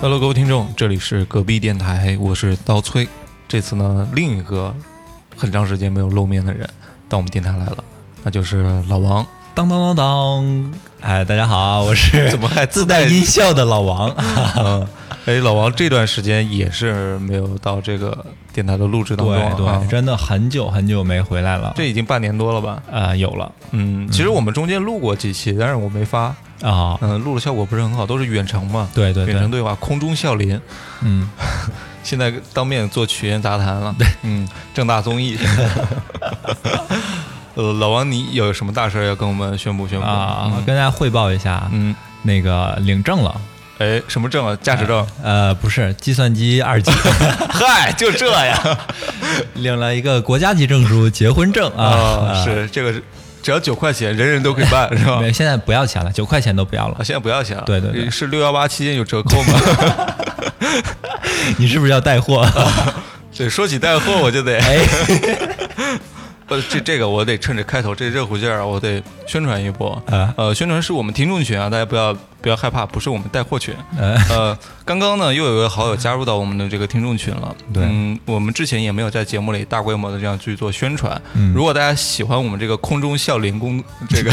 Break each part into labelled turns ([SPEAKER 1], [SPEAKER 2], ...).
[SPEAKER 1] Hello，各位听众，这里是隔壁电台，我是刀崔。这次呢，另一个很长时间没有露面的人到我们电台来了，那就是老王。
[SPEAKER 2] 当当当当！哎，大家好，我 是
[SPEAKER 1] 怎么还
[SPEAKER 2] 自带音效的老王？
[SPEAKER 1] 嗯， 哎，老王这段时间也是没有到这个电台的录制当中
[SPEAKER 2] 对
[SPEAKER 1] 啊
[SPEAKER 2] 对，真的很久很久没回来了。
[SPEAKER 1] 这已经半年多了吧？
[SPEAKER 2] 啊，有了
[SPEAKER 1] 嗯，其实我们中间录过几期，但是我没发。
[SPEAKER 2] 啊，
[SPEAKER 1] 嗯，录的效果不是很好，都是远程嘛，
[SPEAKER 2] 对对
[SPEAKER 1] 远程
[SPEAKER 2] 对，
[SPEAKER 1] 对话，空中笑林。
[SPEAKER 2] 嗯，
[SPEAKER 1] 现在当面做曲苑杂谈了，对，嗯，正大综艺。呃，老王，你有什么大事儿要跟我们宣布宣布
[SPEAKER 2] 啊，
[SPEAKER 1] 嗯
[SPEAKER 2] 跟大家汇报一下，
[SPEAKER 1] 嗯，
[SPEAKER 2] 那个领证了，
[SPEAKER 1] 哎，什么证啊？驾驶证？
[SPEAKER 2] 呃，不是计算机二级，
[SPEAKER 1] 嗨，就这呀？
[SPEAKER 2] 领了一个国家级证书，结婚证啊，
[SPEAKER 1] 啊，是这个是，只要九块钱，人人都可以办，是吧
[SPEAKER 2] 啊，？没现在不要钱了，九块钱都不要
[SPEAKER 1] 啊，
[SPEAKER 2] 了。
[SPEAKER 1] 现在不要钱了。
[SPEAKER 2] 对对对
[SPEAKER 1] 是六幺八期间有折扣吗？
[SPEAKER 2] 你是不是要带货？
[SPEAKER 1] 对，说起带货我就得，
[SPEAKER 2] 哎，
[SPEAKER 1] 呃，这这个我得趁着开头这热乎劲儿啊，我得宣传一波。
[SPEAKER 2] 啊
[SPEAKER 1] 呃，宣传是我们听众群啊，大家不要不要害怕，不是我们带货群。
[SPEAKER 2] 呃，
[SPEAKER 1] 呃，刚刚呢，又有一位好友加入到我们的这个听众群了。
[SPEAKER 2] 对
[SPEAKER 1] 嗯，我们之前也没有在节目里大规模的这样去做宣传。
[SPEAKER 2] 嗯
[SPEAKER 1] 如果大家喜欢我们这个空中笑林公 这个，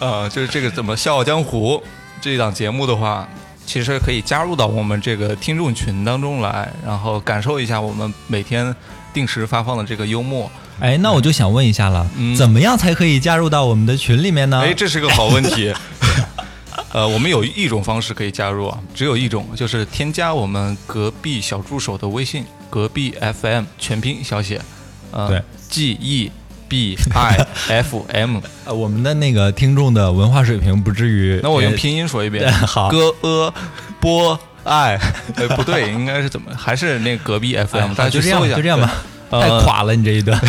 [SPEAKER 1] 呃，就是这个怎么笑傲江湖这档节目的话，其实可以加入到我们这个听众群当中来，然后感受一下我们每天定时发放的这个幽默。
[SPEAKER 2] 哎，那我就想问一下了，
[SPEAKER 1] 嗯
[SPEAKER 2] 怎么样才可以加入到我们的群里面呢？
[SPEAKER 1] 哎，这是个好问题。 呃，我们有一种方式可以加入啊，只有一种，就是添加我们隔壁小助手的微信，隔壁 FM 全拼小写，呃，
[SPEAKER 2] 对
[SPEAKER 1] ，G E B I F M。
[SPEAKER 2] 呃，我们的那个听众的文化水平不至于。，
[SPEAKER 1] 那我用拼音说一遍
[SPEAKER 2] 呃 好
[SPEAKER 1] 歌呃波爱，呃，不对，应该是怎么？还是那隔壁
[SPEAKER 2] 哎
[SPEAKER 1] FM，、大家
[SPEAKER 2] 好
[SPEAKER 1] 去
[SPEAKER 2] 就这
[SPEAKER 1] 搜
[SPEAKER 2] 样
[SPEAKER 1] 一下，
[SPEAKER 2] 吧，就这样吧，
[SPEAKER 1] 对
[SPEAKER 2] 太
[SPEAKER 1] 呃
[SPEAKER 2] 垮了你这一段。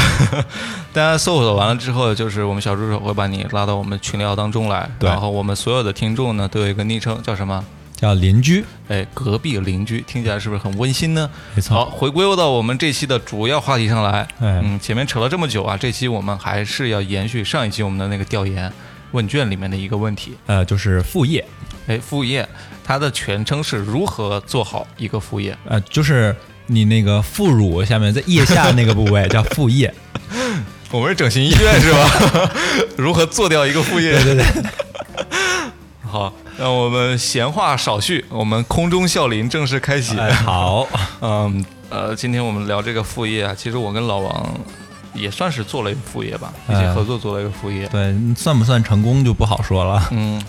[SPEAKER 1] 大家搜索完了之后，就是我们小助手会把你拉到我们群聊当中来，
[SPEAKER 2] 对
[SPEAKER 1] 然后我们所有的听众呢都有一个昵称，叫什么？
[SPEAKER 2] 叫邻居，
[SPEAKER 1] 哎，隔壁邻居听起来是不是很温馨呢？
[SPEAKER 2] 没错
[SPEAKER 1] 好，回归到我们这期的主要话题上来。
[SPEAKER 2] 哎
[SPEAKER 1] 嗯，前面扯了这么久啊，这期我们还是要延续上一期我们的那个调研问卷里面的一个问题。
[SPEAKER 2] 呃，就是副业，
[SPEAKER 1] 哎，副业它的全称是如何做好一个副业？
[SPEAKER 2] 呃，就是你那个副乳下面在腋下那个部位叫副业，
[SPEAKER 1] 我们是整形医院是吧？ 如何做掉一个副业？对对 对。好，那我们闲话少叙，我们空中笑林正式开启。
[SPEAKER 2] 哎，好，
[SPEAKER 1] 嗯，呃，今天我们聊这个副业啊，其实我跟老王也算是做了一个副业吧，一起
[SPEAKER 2] 嗯
[SPEAKER 1] 合作做了一个副业。
[SPEAKER 2] 对，算不算成功就不好说了。
[SPEAKER 1] 嗯，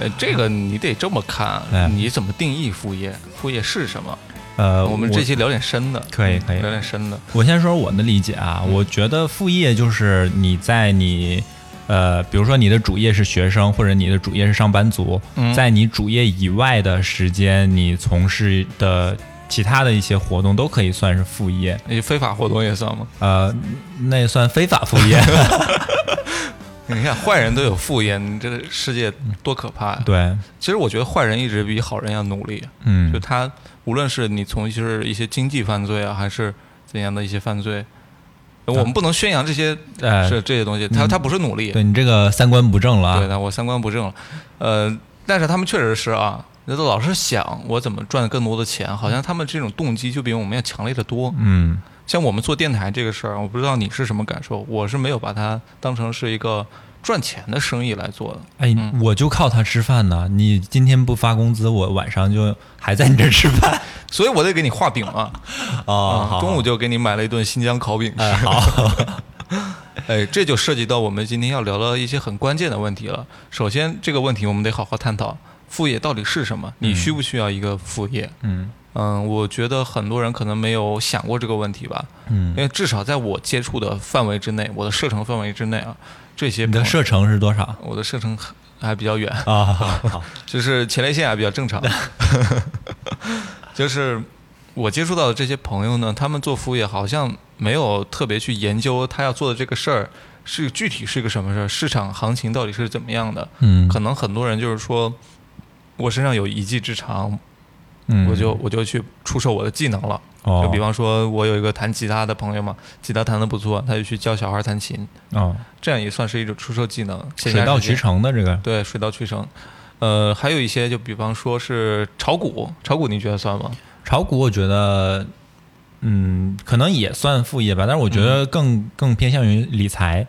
[SPEAKER 1] 呃，这个你得这么看
[SPEAKER 2] 哎，
[SPEAKER 1] 你怎么定义副业？副业是什么？
[SPEAKER 2] 呃，
[SPEAKER 1] 我们这期聊点深的，
[SPEAKER 2] 可以可以
[SPEAKER 1] 聊点深的。
[SPEAKER 2] 我先说我的理解啊，
[SPEAKER 1] 嗯
[SPEAKER 2] 我觉得副业就是你在你。呃，比如说你的主业是学生，或者你的主业是上班族，
[SPEAKER 1] 嗯
[SPEAKER 2] 在你主业以外的时间，你从事的其他的一些活动都可以算是副业。
[SPEAKER 1] 你非法活动也算吗？
[SPEAKER 2] 呃，那也算非法副 业。
[SPEAKER 1] 你看坏人都有副业，你这个世界多可怕呀、
[SPEAKER 2] 对，
[SPEAKER 1] 其实我觉得坏人一直比好人要努力，
[SPEAKER 2] 嗯
[SPEAKER 1] 就，他无论是你从就是一些经济犯罪啊，还是怎样的一些犯罪，呃我们不能宣扬这些
[SPEAKER 2] 呃，
[SPEAKER 1] 是这些东西，他他不是努力，
[SPEAKER 2] 对你这个三观不正了
[SPEAKER 1] 对
[SPEAKER 2] 啊。
[SPEAKER 1] 的，我三观不正了，呃，但是他们确实是啊，那都老是想我怎么赚更多的钱，好像他们这种动机就比我们要强烈的多。
[SPEAKER 2] 嗯，
[SPEAKER 1] 像我们做电台这个事儿，我不知道你是什么感受，我是没有把它当成是一个赚钱的生意来做的。
[SPEAKER 2] 哎，
[SPEAKER 1] 嗯
[SPEAKER 2] 我就靠它吃饭呢。你今天不发工资，我晚上就还在你这儿吃饭。
[SPEAKER 1] 所以我得给你画饼啊，
[SPEAKER 2] 哦，
[SPEAKER 1] 啊
[SPEAKER 2] 好，
[SPEAKER 1] 中午就给你买了一顿新疆烤饼吃。
[SPEAKER 2] 哎好，
[SPEAKER 1] 哎，这就涉及到我们今天要聊的一些很关键的问题了。首先，这个问题我们得好好探讨，副业到底是什么？你需不需要一个副业？
[SPEAKER 2] 嗯
[SPEAKER 1] 嗯，我觉得很多人可能没有想过这个问题吧，因
[SPEAKER 2] 嗯，
[SPEAKER 1] 为至少在我接触的范围之内，我的射程范围之内啊，这些
[SPEAKER 2] 你的
[SPEAKER 1] 朋友
[SPEAKER 2] 射程是多少啊
[SPEAKER 1] 我的射程还比较远，？
[SPEAKER 2] 好好，
[SPEAKER 1] 就是前列腺啊癌比较正常。 就是我接触到的这些朋友呢，他们做副业好像没有特别去研究他要做的这个事儿是具体是个什么事儿，市场行情到底是怎么样的。
[SPEAKER 2] 嗯，
[SPEAKER 1] 可能很多人就是说，我身上有一技之长，
[SPEAKER 2] 嗯
[SPEAKER 1] 我就我就去出售我的技能了。就
[SPEAKER 2] 哦
[SPEAKER 1] 比方说，我有一个弹吉他的朋友嘛，吉他弹得不错，他就去教小孩弹琴，
[SPEAKER 2] 哦，
[SPEAKER 1] 这样也算是一种出售技能，闲暇
[SPEAKER 2] 水到
[SPEAKER 1] 时间
[SPEAKER 2] 渠成的这个，
[SPEAKER 1] 对，水到渠成。呃，还有一些就比方说是炒股，炒股你觉得算吗？
[SPEAKER 2] 炒股我觉得，嗯，可能也算副业吧，但是我
[SPEAKER 1] 嗯
[SPEAKER 2] 觉得更、更偏向于理财。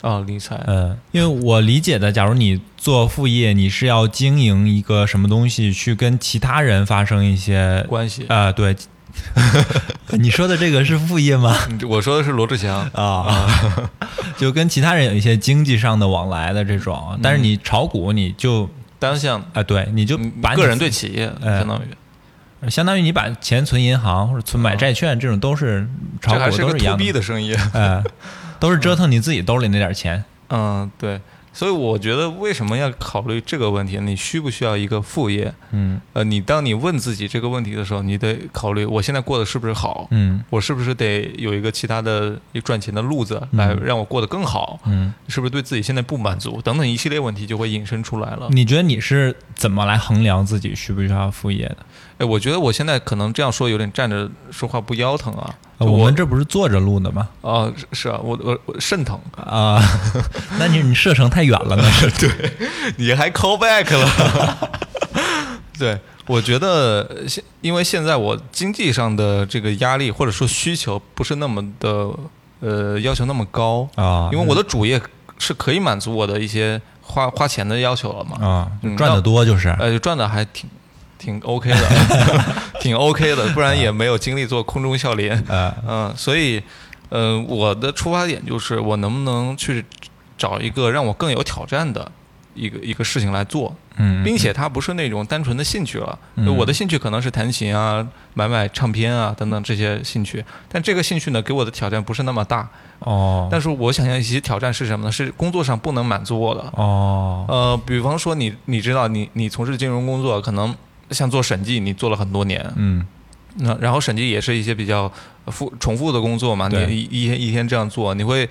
[SPEAKER 1] 啊，理财，
[SPEAKER 2] 嗯，因为我理解的，假如你做副业，你是要经营一个什么东西，去跟其他人发生一些
[SPEAKER 1] 关系。
[SPEAKER 2] 啊、对， 你说的这个是副业吗？
[SPEAKER 1] 嗯我说的是罗志祥，
[SPEAKER 2] 啊， 就跟其他人有一些经济上的往来的这种，但是你炒股，你就
[SPEAKER 1] 单向
[SPEAKER 2] 啊、对，你就
[SPEAKER 1] 嗯
[SPEAKER 2] 把你
[SPEAKER 1] 个人对企业
[SPEAKER 2] 哎
[SPEAKER 1] 相当于，
[SPEAKER 2] 相当于你把钱存银行或者存买债券，这种都是
[SPEAKER 1] 啊
[SPEAKER 2] 炒
[SPEAKER 1] 这还
[SPEAKER 2] 股
[SPEAKER 1] 是
[SPEAKER 2] 都
[SPEAKER 1] 个
[SPEAKER 2] 是一
[SPEAKER 1] to
[SPEAKER 2] 样
[SPEAKER 1] B
[SPEAKER 2] 的，
[SPEAKER 1] 的嗯生意。
[SPEAKER 2] 呃，都是折腾你自己兜里那点钱。
[SPEAKER 1] 嗯， 对。所以我觉得为什么要考虑这个问题？你需不需要一个副业？
[SPEAKER 2] 嗯
[SPEAKER 1] 呃，你当你问自己这个问题的时候，你得考虑我现在过得是不是好，
[SPEAKER 2] 嗯
[SPEAKER 1] 我是不是得有一个其他的一赚钱的路子来
[SPEAKER 2] 嗯
[SPEAKER 1] 让我过得更好，
[SPEAKER 2] 嗯，
[SPEAKER 1] 是不是对自己现在不满足等等一系列问题就会引申出来了。
[SPEAKER 2] 你觉得你是怎么来衡量自己需不需要副业的？
[SPEAKER 1] 哎，我觉得我现在可能这样说有点站着说话不腰疼啊。
[SPEAKER 2] 呃
[SPEAKER 1] 就
[SPEAKER 2] 我
[SPEAKER 1] 我
[SPEAKER 2] 们这不是坐着录的吗？
[SPEAKER 1] 啊，是是啊，我我我肾 疼，
[SPEAKER 2] 啊、那你你射程太远 了呢？
[SPEAKER 1] 你还 call back 了。 对，我觉得呃现因为现在我经济上的这个压力或者说需求不是那么的呃要求那么高，
[SPEAKER 2] 啊，
[SPEAKER 1] 因为我的主业是可以满足我的一些花花钱的要求了嘛，
[SPEAKER 2] 啊
[SPEAKER 1] 嗯
[SPEAKER 2] 赚的多就是，
[SPEAKER 1] 呃，赚的还挺挺 OK 的， 挺 OK 的，不然也没有精力做空中笑脸。
[SPEAKER 2] 呃
[SPEAKER 1] 嗯，所以，呃，我的出发点就是我能不能去找一个让我更有挑战的一个一个事情来做，
[SPEAKER 2] 嗯，
[SPEAKER 1] 并且它不是那种单纯的兴趣了。
[SPEAKER 2] 嗯
[SPEAKER 1] 就我的兴趣可能是弹琴啊、买买唱片啊等等这些兴趣，但这个兴趣呢，给我的挑战不是那么大。
[SPEAKER 2] 哦
[SPEAKER 1] 但是我想要一些挑战是什么呢？是工作上不能满足我的。
[SPEAKER 2] 哦，
[SPEAKER 1] 呃，比方说你你知道你你从事金融工作，可能像做审计，你做了很多年，
[SPEAKER 2] 嗯
[SPEAKER 1] 那然后审计也是一些比较呃复重复的工作嘛，你
[SPEAKER 2] 对
[SPEAKER 1] 一一天一天这样做，你会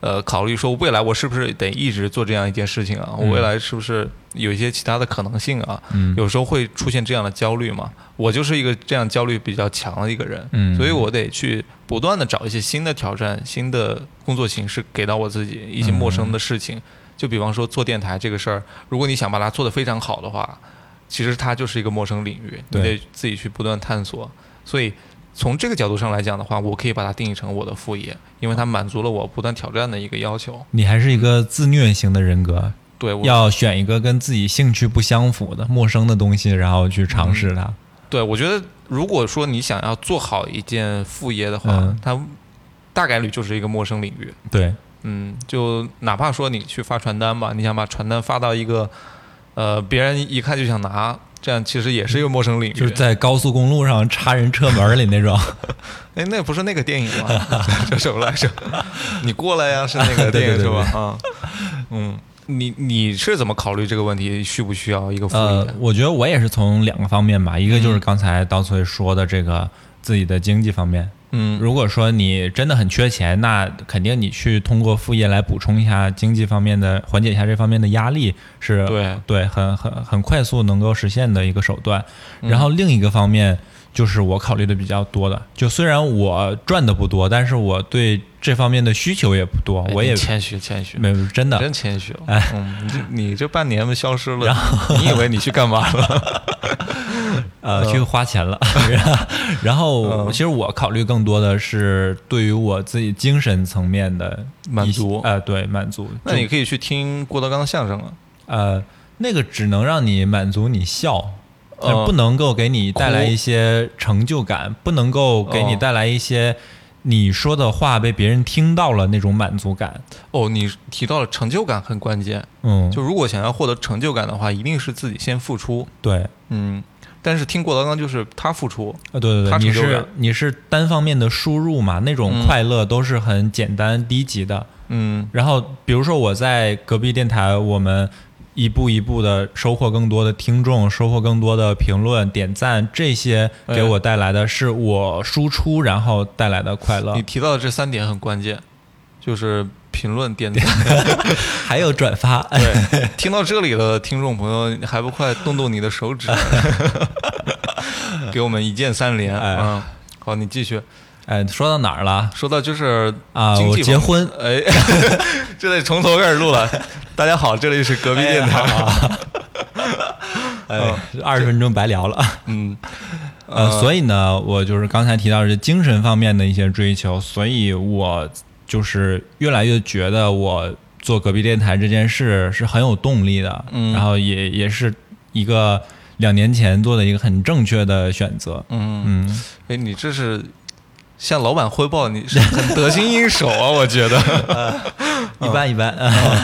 [SPEAKER 1] 呃考虑说未来我是不是得一直做这样一件事情啊？我
[SPEAKER 2] 嗯
[SPEAKER 1] 未来是不是有一些其他的可能性啊？
[SPEAKER 2] 嗯
[SPEAKER 1] 有时候会出现这样的焦虑嘛。我就是一个这样焦虑比较强的一个人，
[SPEAKER 2] 嗯
[SPEAKER 1] 所以我得去不断的找一些新的挑战、新的工作形式给到我自己，一些陌生的事情。就比方说做电台这个事儿，如果你想把它做得非常好的话，其实它就是一个陌生领域，你
[SPEAKER 2] 对
[SPEAKER 1] 得自己去不断探索。所以从这个角度上来讲的话，我可以把它定义成我的副业，因为它满足了我不断挑战的一个要求。
[SPEAKER 2] 你还是一个自虐型的人格，
[SPEAKER 1] 对，我
[SPEAKER 2] 要选一个跟自己兴趣不相符的陌生的东西，然后去尝试它。
[SPEAKER 1] 对，我觉得如果说你想要做好一件副业的话，
[SPEAKER 2] 嗯
[SPEAKER 1] 它大概率就是一个陌生领域。
[SPEAKER 2] 对，
[SPEAKER 1] 嗯，就哪怕说你去发传单吧，你想把传单发到一个呃别人一看就想拿，这样其实也是一个陌生领域。
[SPEAKER 2] 就是在高速公路上插人车门里那种。
[SPEAKER 1] 哎，那不是那个电影吗？ 叫什么来着？你过来呀，是那个
[SPEAKER 2] 对对
[SPEAKER 1] 电影
[SPEAKER 2] 对
[SPEAKER 1] 是吧
[SPEAKER 2] 对？
[SPEAKER 1] 啊，嗯，你你是怎么考虑这个问题？需不需要一个副
[SPEAKER 2] 呃
[SPEAKER 1] 业？，
[SPEAKER 2] 我觉得我也是从两个方面吧，一个
[SPEAKER 1] 嗯
[SPEAKER 2] 就是刚才刀崔说的这个自己的经济方面。
[SPEAKER 1] 嗯
[SPEAKER 2] 如果说你真的很缺钱，那肯定你去通过副业来补充一下经济方面的，缓解一下这方面的压力是
[SPEAKER 1] 对
[SPEAKER 2] 对，很很很快速能够实现的一个手段。然后另一个方面就是我考虑的比较多的，就虽然我赚的不多，但是我对这方面的需求也不多，我
[SPEAKER 1] 哎
[SPEAKER 2] 也
[SPEAKER 1] 你谦虚谦虚，
[SPEAKER 2] 没有真的哎
[SPEAKER 1] 真谦虚了。嗯，你这你这半年消失了，你以为你去干嘛 了？
[SPEAKER 2] 呃
[SPEAKER 1] 嗯
[SPEAKER 2] 去花 钱了。然后其实我考虑更多的是对于我自己精神层面的
[SPEAKER 1] 满
[SPEAKER 2] 一些
[SPEAKER 1] 足
[SPEAKER 2] 呃，对满足。
[SPEAKER 1] 那你可以去听郭德纲的相声啊。
[SPEAKER 2] 呃，那个只能让你满足你笑，但
[SPEAKER 1] 呃
[SPEAKER 2] 不能够给你带来
[SPEAKER 1] 哭
[SPEAKER 2] 一些成就感，不能够给你
[SPEAKER 1] 哦
[SPEAKER 2] 带来一些你说的话被别人听到了那种满足感。
[SPEAKER 1] 哦，你提到了成就感很关键，
[SPEAKER 2] 嗯，
[SPEAKER 1] 就如果想要获得成就感的话，一定是自己先付出。
[SPEAKER 2] 对，
[SPEAKER 1] 嗯，但是听郭德纲就是他付出，
[SPEAKER 2] 呃，对对
[SPEAKER 1] 他
[SPEAKER 2] 对，你
[SPEAKER 1] 成就是感
[SPEAKER 2] 你是单方面的输入嘛，那种
[SPEAKER 1] 嗯
[SPEAKER 2] 快乐都是很简单低级的。
[SPEAKER 1] 嗯
[SPEAKER 2] 然后比如说我在隔壁电台，我们一步一步的收获更多的听众，收获更多的评论、点赞，这些给我带来的是我输出然后带来的快乐
[SPEAKER 1] 你，提到的这三点很关键，就是评论、点赞。
[SPEAKER 2] 还有转发。
[SPEAKER 1] 对，听到这里的听众朋友，还不快动动你的手指， 给我们一键三连
[SPEAKER 2] 哎
[SPEAKER 1] 啊！好，你继续
[SPEAKER 2] 哎，说到哪儿了？
[SPEAKER 1] 说到就是
[SPEAKER 2] 啊
[SPEAKER 1] 经
[SPEAKER 2] 我
[SPEAKER 1] 济
[SPEAKER 2] 结
[SPEAKER 1] 方面
[SPEAKER 2] 婚，
[SPEAKER 1] 哎， 这得从头开始录了。大家好，这里是隔壁电台。
[SPEAKER 2] 哎，二十分钟白聊了。
[SPEAKER 1] 嗯，
[SPEAKER 2] 呃，所以呢，我就是刚才提到是精神方面的一些追求，所以我就是越来越觉得我做隔壁电台这件事是很有动力的，
[SPEAKER 1] 嗯
[SPEAKER 2] 然后也也是一个两年前做的一个很正确的选择。
[SPEAKER 1] 嗯，
[SPEAKER 2] 嗯，
[SPEAKER 1] 哎，你这是向老板汇报，你是很得心 应手啊，我觉得。
[SPEAKER 2] 一般一般，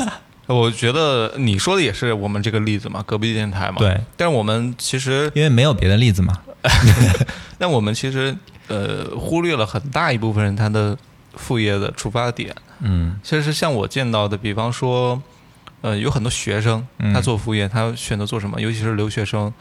[SPEAKER 1] 我觉得你说的也是我们这个例子嘛，隔壁电台嘛。
[SPEAKER 2] 对，
[SPEAKER 1] 但是我们其 实，
[SPEAKER 2] 因为没有别的例子嘛。
[SPEAKER 1] 但我们其实呃忽略了很大一部分人他的副业的出发点。
[SPEAKER 2] 嗯
[SPEAKER 1] 其实像我见到的，比方说，呃，有很多学生
[SPEAKER 2] 嗯
[SPEAKER 1] 他做副业，他选择做什么？尤其是留学生，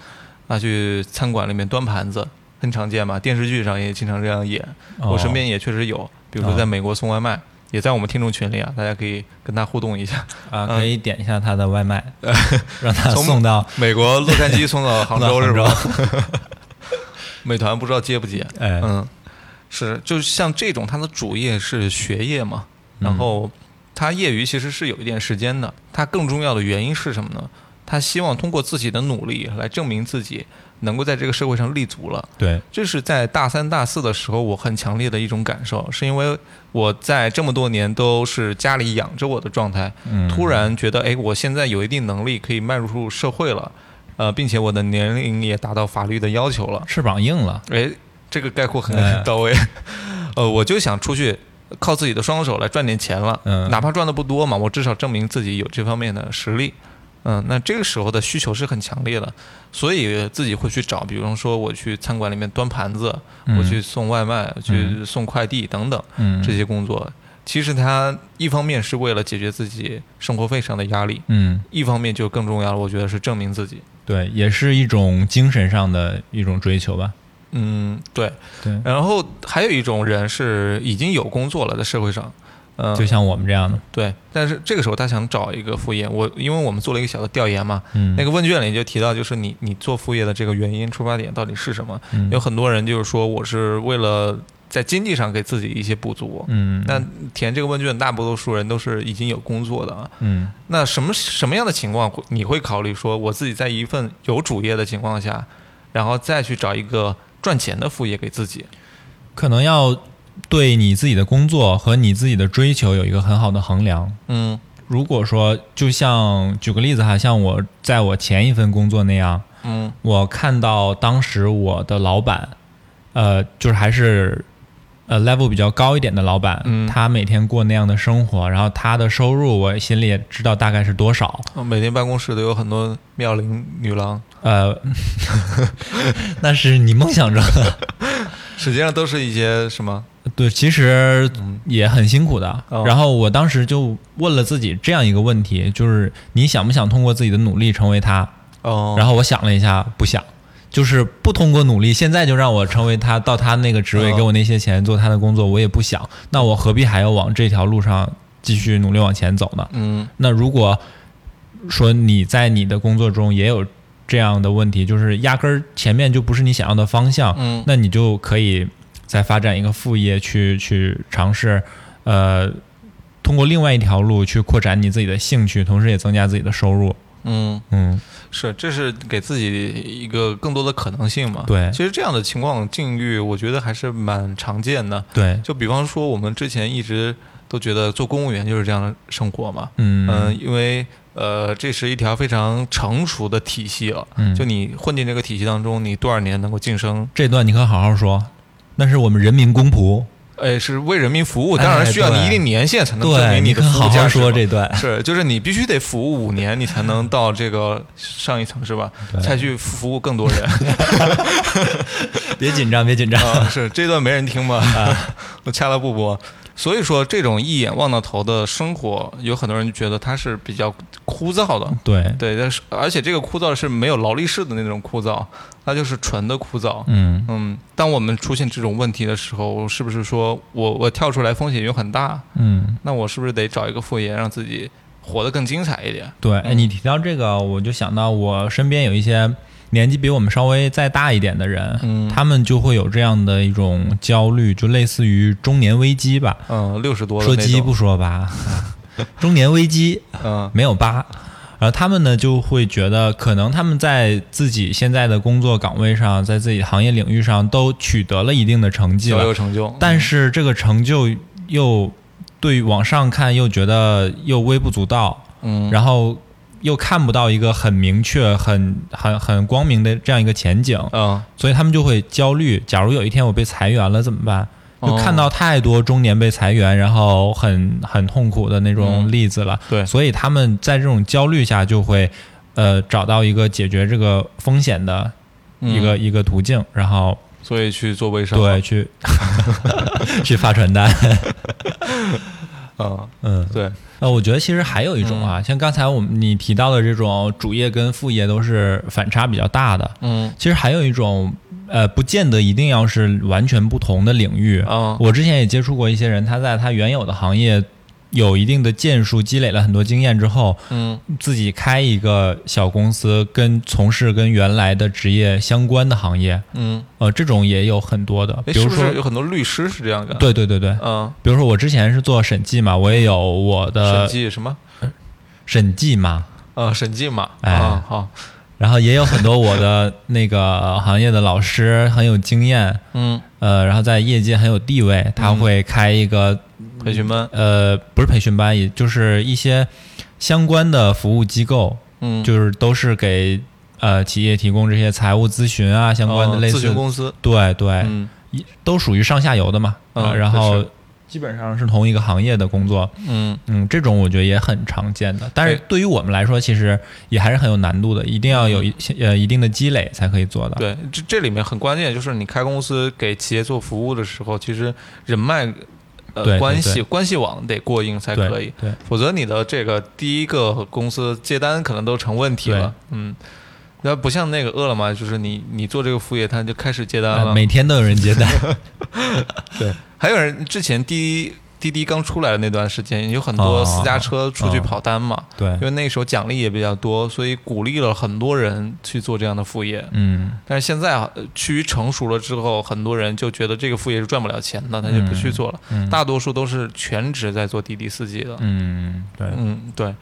[SPEAKER 1] 他去餐馆里面端盘子，很常见嘛。电视剧上也经常这样演，
[SPEAKER 2] 哦
[SPEAKER 1] 我身边也确实有，比如说
[SPEAKER 2] 哦
[SPEAKER 1] 在美国送外卖，也在我们听众群里啊，大家可以跟他互动一下。
[SPEAKER 2] 啊，
[SPEAKER 1] 嗯
[SPEAKER 2] 可以点一下他的外卖， 让他
[SPEAKER 1] 从
[SPEAKER 2] 送到
[SPEAKER 1] 美国洛杉矶送到杭州是
[SPEAKER 2] 送到
[SPEAKER 1] 吧？ 美团不知道接不接？
[SPEAKER 2] 哎
[SPEAKER 1] 嗯，是，就像这种，他的主业是学业嘛，
[SPEAKER 2] 嗯
[SPEAKER 1] 然后他业余其实是有一点时间的。他更重要的原因是什么呢？他希望通过自己的努力来证明自己能够在这个社会上立足了。
[SPEAKER 2] 对，
[SPEAKER 1] 这是在大三、大四的时候，我很强烈的一种感受，是因为我在这么多年都是家里养着我的状态，
[SPEAKER 2] 嗯
[SPEAKER 1] 突然觉得，哎，我现在有一定能力可以迈入社会了，呃，并且我的年龄也达到法律的要求了，
[SPEAKER 2] 翅膀硬了，
[SPEAKER 1] 哎，这个概括很
[SPEAKER 2] 哎
[SPEAKER 1] 到位， 呃，我就想出去。靠自己的双手来赚点钱了，
[SPEAKER 2] 嗯
[SPEAKER 1] 哪怕赚的不多嘛，我至少证明自己有这方面的实力，嗯，那这个时候的需求是很强烈的，所以自己会去找，比方说我去餐馆里面端盘子，
[SPEAKER 2] 嗯
[SPEAKER 1] 我去送外卖、去送快递等等
[SPEAKER 2] 嗯，
[SPEAKER 1] 这些工作。其实它一方面是为了解决自己生活费上的压力，
[SPEAKER 2] 嗯，
[SPEAKER 1] 一方面就更重要了，我觉得是证明自己。
[SPEAKER 2] 对，也是一种精神上的一种追求吧。
[SPEAKER 1] 嗯，对。
[SPEAKER 2] 对，
[SPEAKER 1] 然后还有一种人是已经有工作了，在社会上，嗯、
[SPEAKER 2] 就像我们这样的，
[SPEAKER 1] 对。但是这个时候他想找一个副业，我因为我们做了一个小的调研嘛，
[SPEAKER 2] 嗯，
[SPEAKER 1] 那个问卷里就提到，就是你你做副业的这个原因出发点到底是什么？
[SPEAKER 2] 嗯
[SPEAKER 1] 有很多人就是说我是为了在经济上给自己一些补足。
[SPEAKER 2] 嗯，
[SPEAKER 1] 那填这个问卷，大多数人都是已经有工作的啊。
[SPEAKER 2] 嗯
[SPEAKER 1] 那什么什么样的情况会你会考虑说，我自己在一份有主业的情况下，然后再去找一个赚钱的副业给自己？
[SPEAKER 2] 可能要对你自己的工作和你自己的追求有一个很好的衡量。
[SPEAKER 1] 嗯
[SPEAKER 2] 如果说，就像举个例子哈，像我在我前一份工作那样，
[SPEAKER 1] 嗯
[SPEAKER 2] 我看到当时我的老板，呃，就是还是呃 level 比较高一点的老板，
[SPEAKER 1] 嗯
[SPEAKER 2] 他每天过那样的生活，然后他的收入我心里也知道大概是多少，
[SPEAKER 1] 每天办公室都有很多妙龄女郎，
[SPEAKER 2] 呃， 那是你梦想中 的，
[SPEAKER 1] 实际上都是一些什么？
[SPEAKER 2] 对，其实
[SPEAKER 1] 嗯
[SPEAKER 2] 也很辛苦的
[SPEAKER 1] 哦。
[SPEAKER 2] 然后我当时就问了自己这样一个问题，就是你想不想通过自己的努力成为他？
[SPEAKER 1] 哦，
[SPEAKER 2] 然
[SPEAKER 1] 后
[SPEAKER 2] 后我想了一下，不想，就是不通过努力，现在就让我成为他，到他那个职位，
[SPEAKER 1] 哦
[SPEAKER 2] 给我那些钱，做他的工作，我也不想。那我何必还要往这条路上继续努力往前走呢？
[SPEAKER 1] 嗯
[SPEAKER 2] 那如果说你在你的工作中也有这样的问题，就是压根儿前面就不是你想要的方向，
[SPEAKER 1] 嗯
[SPEAKER 2] 那你就可以再发展一个副业去，去尝试，呃，通过另外一条路去扩展你自己的兴趣，同时也增加自己的收入。
[SPEAKER 1] 嗯。
[SPEAKER 2] 嗯，
[SPEAKER 1] 是，这是给自己一个更多的可能性嘛？
[SPEAKER 2] 对
[SPEAKER 1] 其实这样的情况境遇，我觉得还是蛮常见的。
[SPEAKER 2] 对，
[SPEAKER 1] 就比方说，我们之前一直都觉得做公务员就是这样的生活嘛。
[SPEAKER 2] 嗯
[SPEAKER 1] 嗯、因为呃，这是一条非常成熟的体系了。
[SPEAKER 2] 嗯
[SPEAKER 1] 就你混进这个体系当中，你多少年能够晋升？
[SPEAKER 2] 这段你可好好说，那是我们人民公仆，
[SPEAKER 1] 哎，是为人民服务，当然
[SPEAKER 2] 哎
[SPEAKER 1] 需要你
[SPEAKER 2] 对
[SPEAKER 1] 一定年限才能证
[SPEAKER 2] 对
[SPEAKER 1] 明
[SPEAKER 2] 你
[SPEAKER 1] 的
[SPEAKER 2] 可
[SPEAKER 1] 服务
[SPEAKER 2] 好
[SPEAKER 1] 价
[SPEAKER 2] 好
[SPEAKER 1] 值嘛。
[SPEAKER 2] 说这段。
[SPEAKER 1] 是，就是你必须得服务五年，你才能到这个上一层，是吧？
[SPEAKER 2] 对
[SPEAKER 1] 才去服务更多 人。
[SPEAKER 2] 别紧张，别紧张。
[SPEAKER 1] 啊，是这段没人听吧？我掐了不播。所以说，这种一眼望到头的生活，有很多人就觉得它是比较枯燥的。
[SPEAKER 2] 对，
[SPEAKER 1] 对，但是而且这个枯燥是没有劳力士的那种枯燥，它就是纯的枯燥。
[SPEAKER 2] 嗯
[SPEAKER 1] 嗯，当我们出现这种问题的时候，是不是说我我跳出来风险有很大？
[SPEAKER 2] 嗯，
[SPEAKER 1] 那我是不是得找一个副业，让自己活得更精彩一点？
[SPEAKER 2] 对。哎，你提到这个，我就想到我身边有一些年纪比我们稍微再大一点的人，
[SPEAKER 1] 嗯
[SPEAKER 2] 他们就会有这样的一种焦虑，就类似于中年危机吧。
[SPEAKER 1] 嗯，六十多的
[SPEAKER 2] 说
[SPEAKER 1] 那
[SPEAKER 2] 鸡
[SPEAKER 1] 种
[SPEAKER 2] 不说吧，中年危机
[SPEAKER 1] 嗯
[SPEAKER 2] 没有吧？啊、然后他们呢就会觉得，可能他们在自己现在的工作岗位上，在自己行业领域上都取得了一定的成绩
[SPEAKER 1] 小有
[SPEAKER 2] 了，
[SPEAKER 1] 成就，
[SPEAKER 2] 但是这个成就又对往上看又觉得又微不足道，
[SPEAKER 1] 嗯，
[SPEAKER 2] 然后又看不到一个很明确、很很很光明的这样一个前景，
[SPEAKER 1] 嗯，
[SPEAKER 2] 所以他们就会焦虑。假如有一天我被裁员了怎么办？就
[SPEAKER 1] 哦
[SPEAKER 2] 看到太多中年被裁员，然后很很痛苦的那种
[SPEAKER 1] 嗯
[SPEAKER 2] 例子了。
[SPEAKER 1] 对
[SPEAKER 2] 所以他们在这种焦虑下就会，呃，找到一个解决这个风险的一
[SPEAKER 1] 嗯
[SPEAKER 2] 个、一个途径，然后
[SPEAKER 1] 所以去做微商，
[SPEAKER 2] 对，去 去发传单。
[SPEAKER 1] 嗯，
[SPEAKER 2] 嗯，
[SPEAKER 1] 对，
[SPEAKER 2] 呃，我觉得其实还有一种
[SPEAKER 1] 嗯
[SPEAKER 2] 啊，像刚才我们你提到的这种主业跟副业都是反差比较大的。
[SPEAKER 1] 嗯，
[SPEAKER 2] 其实还有一种，呃，不见得一定要是完全不同的领域。
[SPEAKER 1] 啊，
[SPEAKER 2] 我之前也接触过一些人，他在他原有的行业有一定的建树，积累了很多经验之后，
[SPEAKER 1] 嗯，
[SPEAKER 2] 自己开一个小公司，跟从事跟原来的职业相关的行业，
[SPEAKER 1] 嗯，
[SPEAKER 2] 呃，这种也有很多的。
[SPEAKER 1] 哎，
[SPEAKER 2] 比
[SPEAKER 1] 是
[SPEAKER 2] 如
[SPEAKER 1] 不
[SPEAKER 2] 说，
[SPEAKER 1] 是有很多律师是这样的？，
[SPEAKER 2] 对对对对，
[SPEAKER 1] 嗯，
[SPEAKER 2] 比如说我之前是做审计嘛，我也有我
[SPEAKER 1] 审
[SPEAKER 2] 的
[SPEAKER 1] 计什么？
[SPEAKER 2] 审计嘛，
[SPEAKER 1] 呃，审计嘛，
[SPEAKER 2] 哎
[SPEAKER 1] 啊，好，
[SPEAKER 2] 然后也有很多我的那个行业的老师很有经验，
[SPEAKER 1] 嗯，
[SPEAKER 2] 呃，然后在业界很有地位，他
[SPEAKER 1] 嗯
[SPEAKER 2] 会开一个
[SPEAKER 1] 培训班，
[SPEAKER 2] 呃，不是培训班，也就是一些相关的服务机构，
[SPEAKER 1] 嗯，
[SPEAKER 2] 就是都是给呃企业提供这些财务咨询啊相关的
[SPEAKER 1] 哦
[SPEAKER 2] 类
[SPEAKER 1] 咨询
[SPEAKER 2] 似，哎
[SPEAKER 1] 公司，
[SPEAKER 2] 对对，
[SPEAKER 1] 嗯
[SPEAKER 2] 都属于上下游的嘛，
[SPEAKER 1] 嗯
[SPEAKER 2] 呃然后基本上是同一个行业的工作，
[SPEAKER 1] 嗯，
[SPEAKER 2] 嗯，这种我觉得也很常见的，但是对于我们来说，其实也还是很有难度的，一定要有一些呃一定的积累才可以做到。
[SPEAKER 1] 嗯对，这这里面很关键，就是你开公司给企业做服务的时候，其实人脉。呃，
[SPEAKER 2] 对对
[SPEAKER 1] 关系
[SPEAKER 2] 对
[SPEAKER 1] 关系网得过硬才
[SPEAKER 2] 对
[SPEAKER 1] 可以，
[SPEAKER 2] 对
[SPEAKER 1] 否则你的这个第一个公司接单可能都成问题了。嗯，那不像那个饿了么，就是你你做这个副业，他就开始接单
[SPEAKER 2] 呃
[SPEAKER 1] 了。
[SPEAKER 2] 每天都有人 接单，
[SPEAKER 1] 还有人之前滴滴滴刚出来的那段时间，有很多
[SPEAKER 2] 哦
[SPEAKER 1] 私家车出去
[SPEAKER 2] 哦
[SPEAKER 1] 跑单嘛，
[SPEAKER 2] 对
[SPEAKER 1] 因，为那时候奖励也比较多，所以鼓励了很多人去做这样的副业。
[SPEAKER 2] 嗯，
[SPEAKER 1] 但是现在啊，呃趋于成熟了之后，很多人就觉得这个副业是赚不了钱的，他就不去做了。
[SPEAKER 2] 嗯
[SPEAKER 1] 大多数都是全职在做滴滴司机的。
[SPEAKER 2] 嗯，对，
[SPEAKER 1] 嗯，对。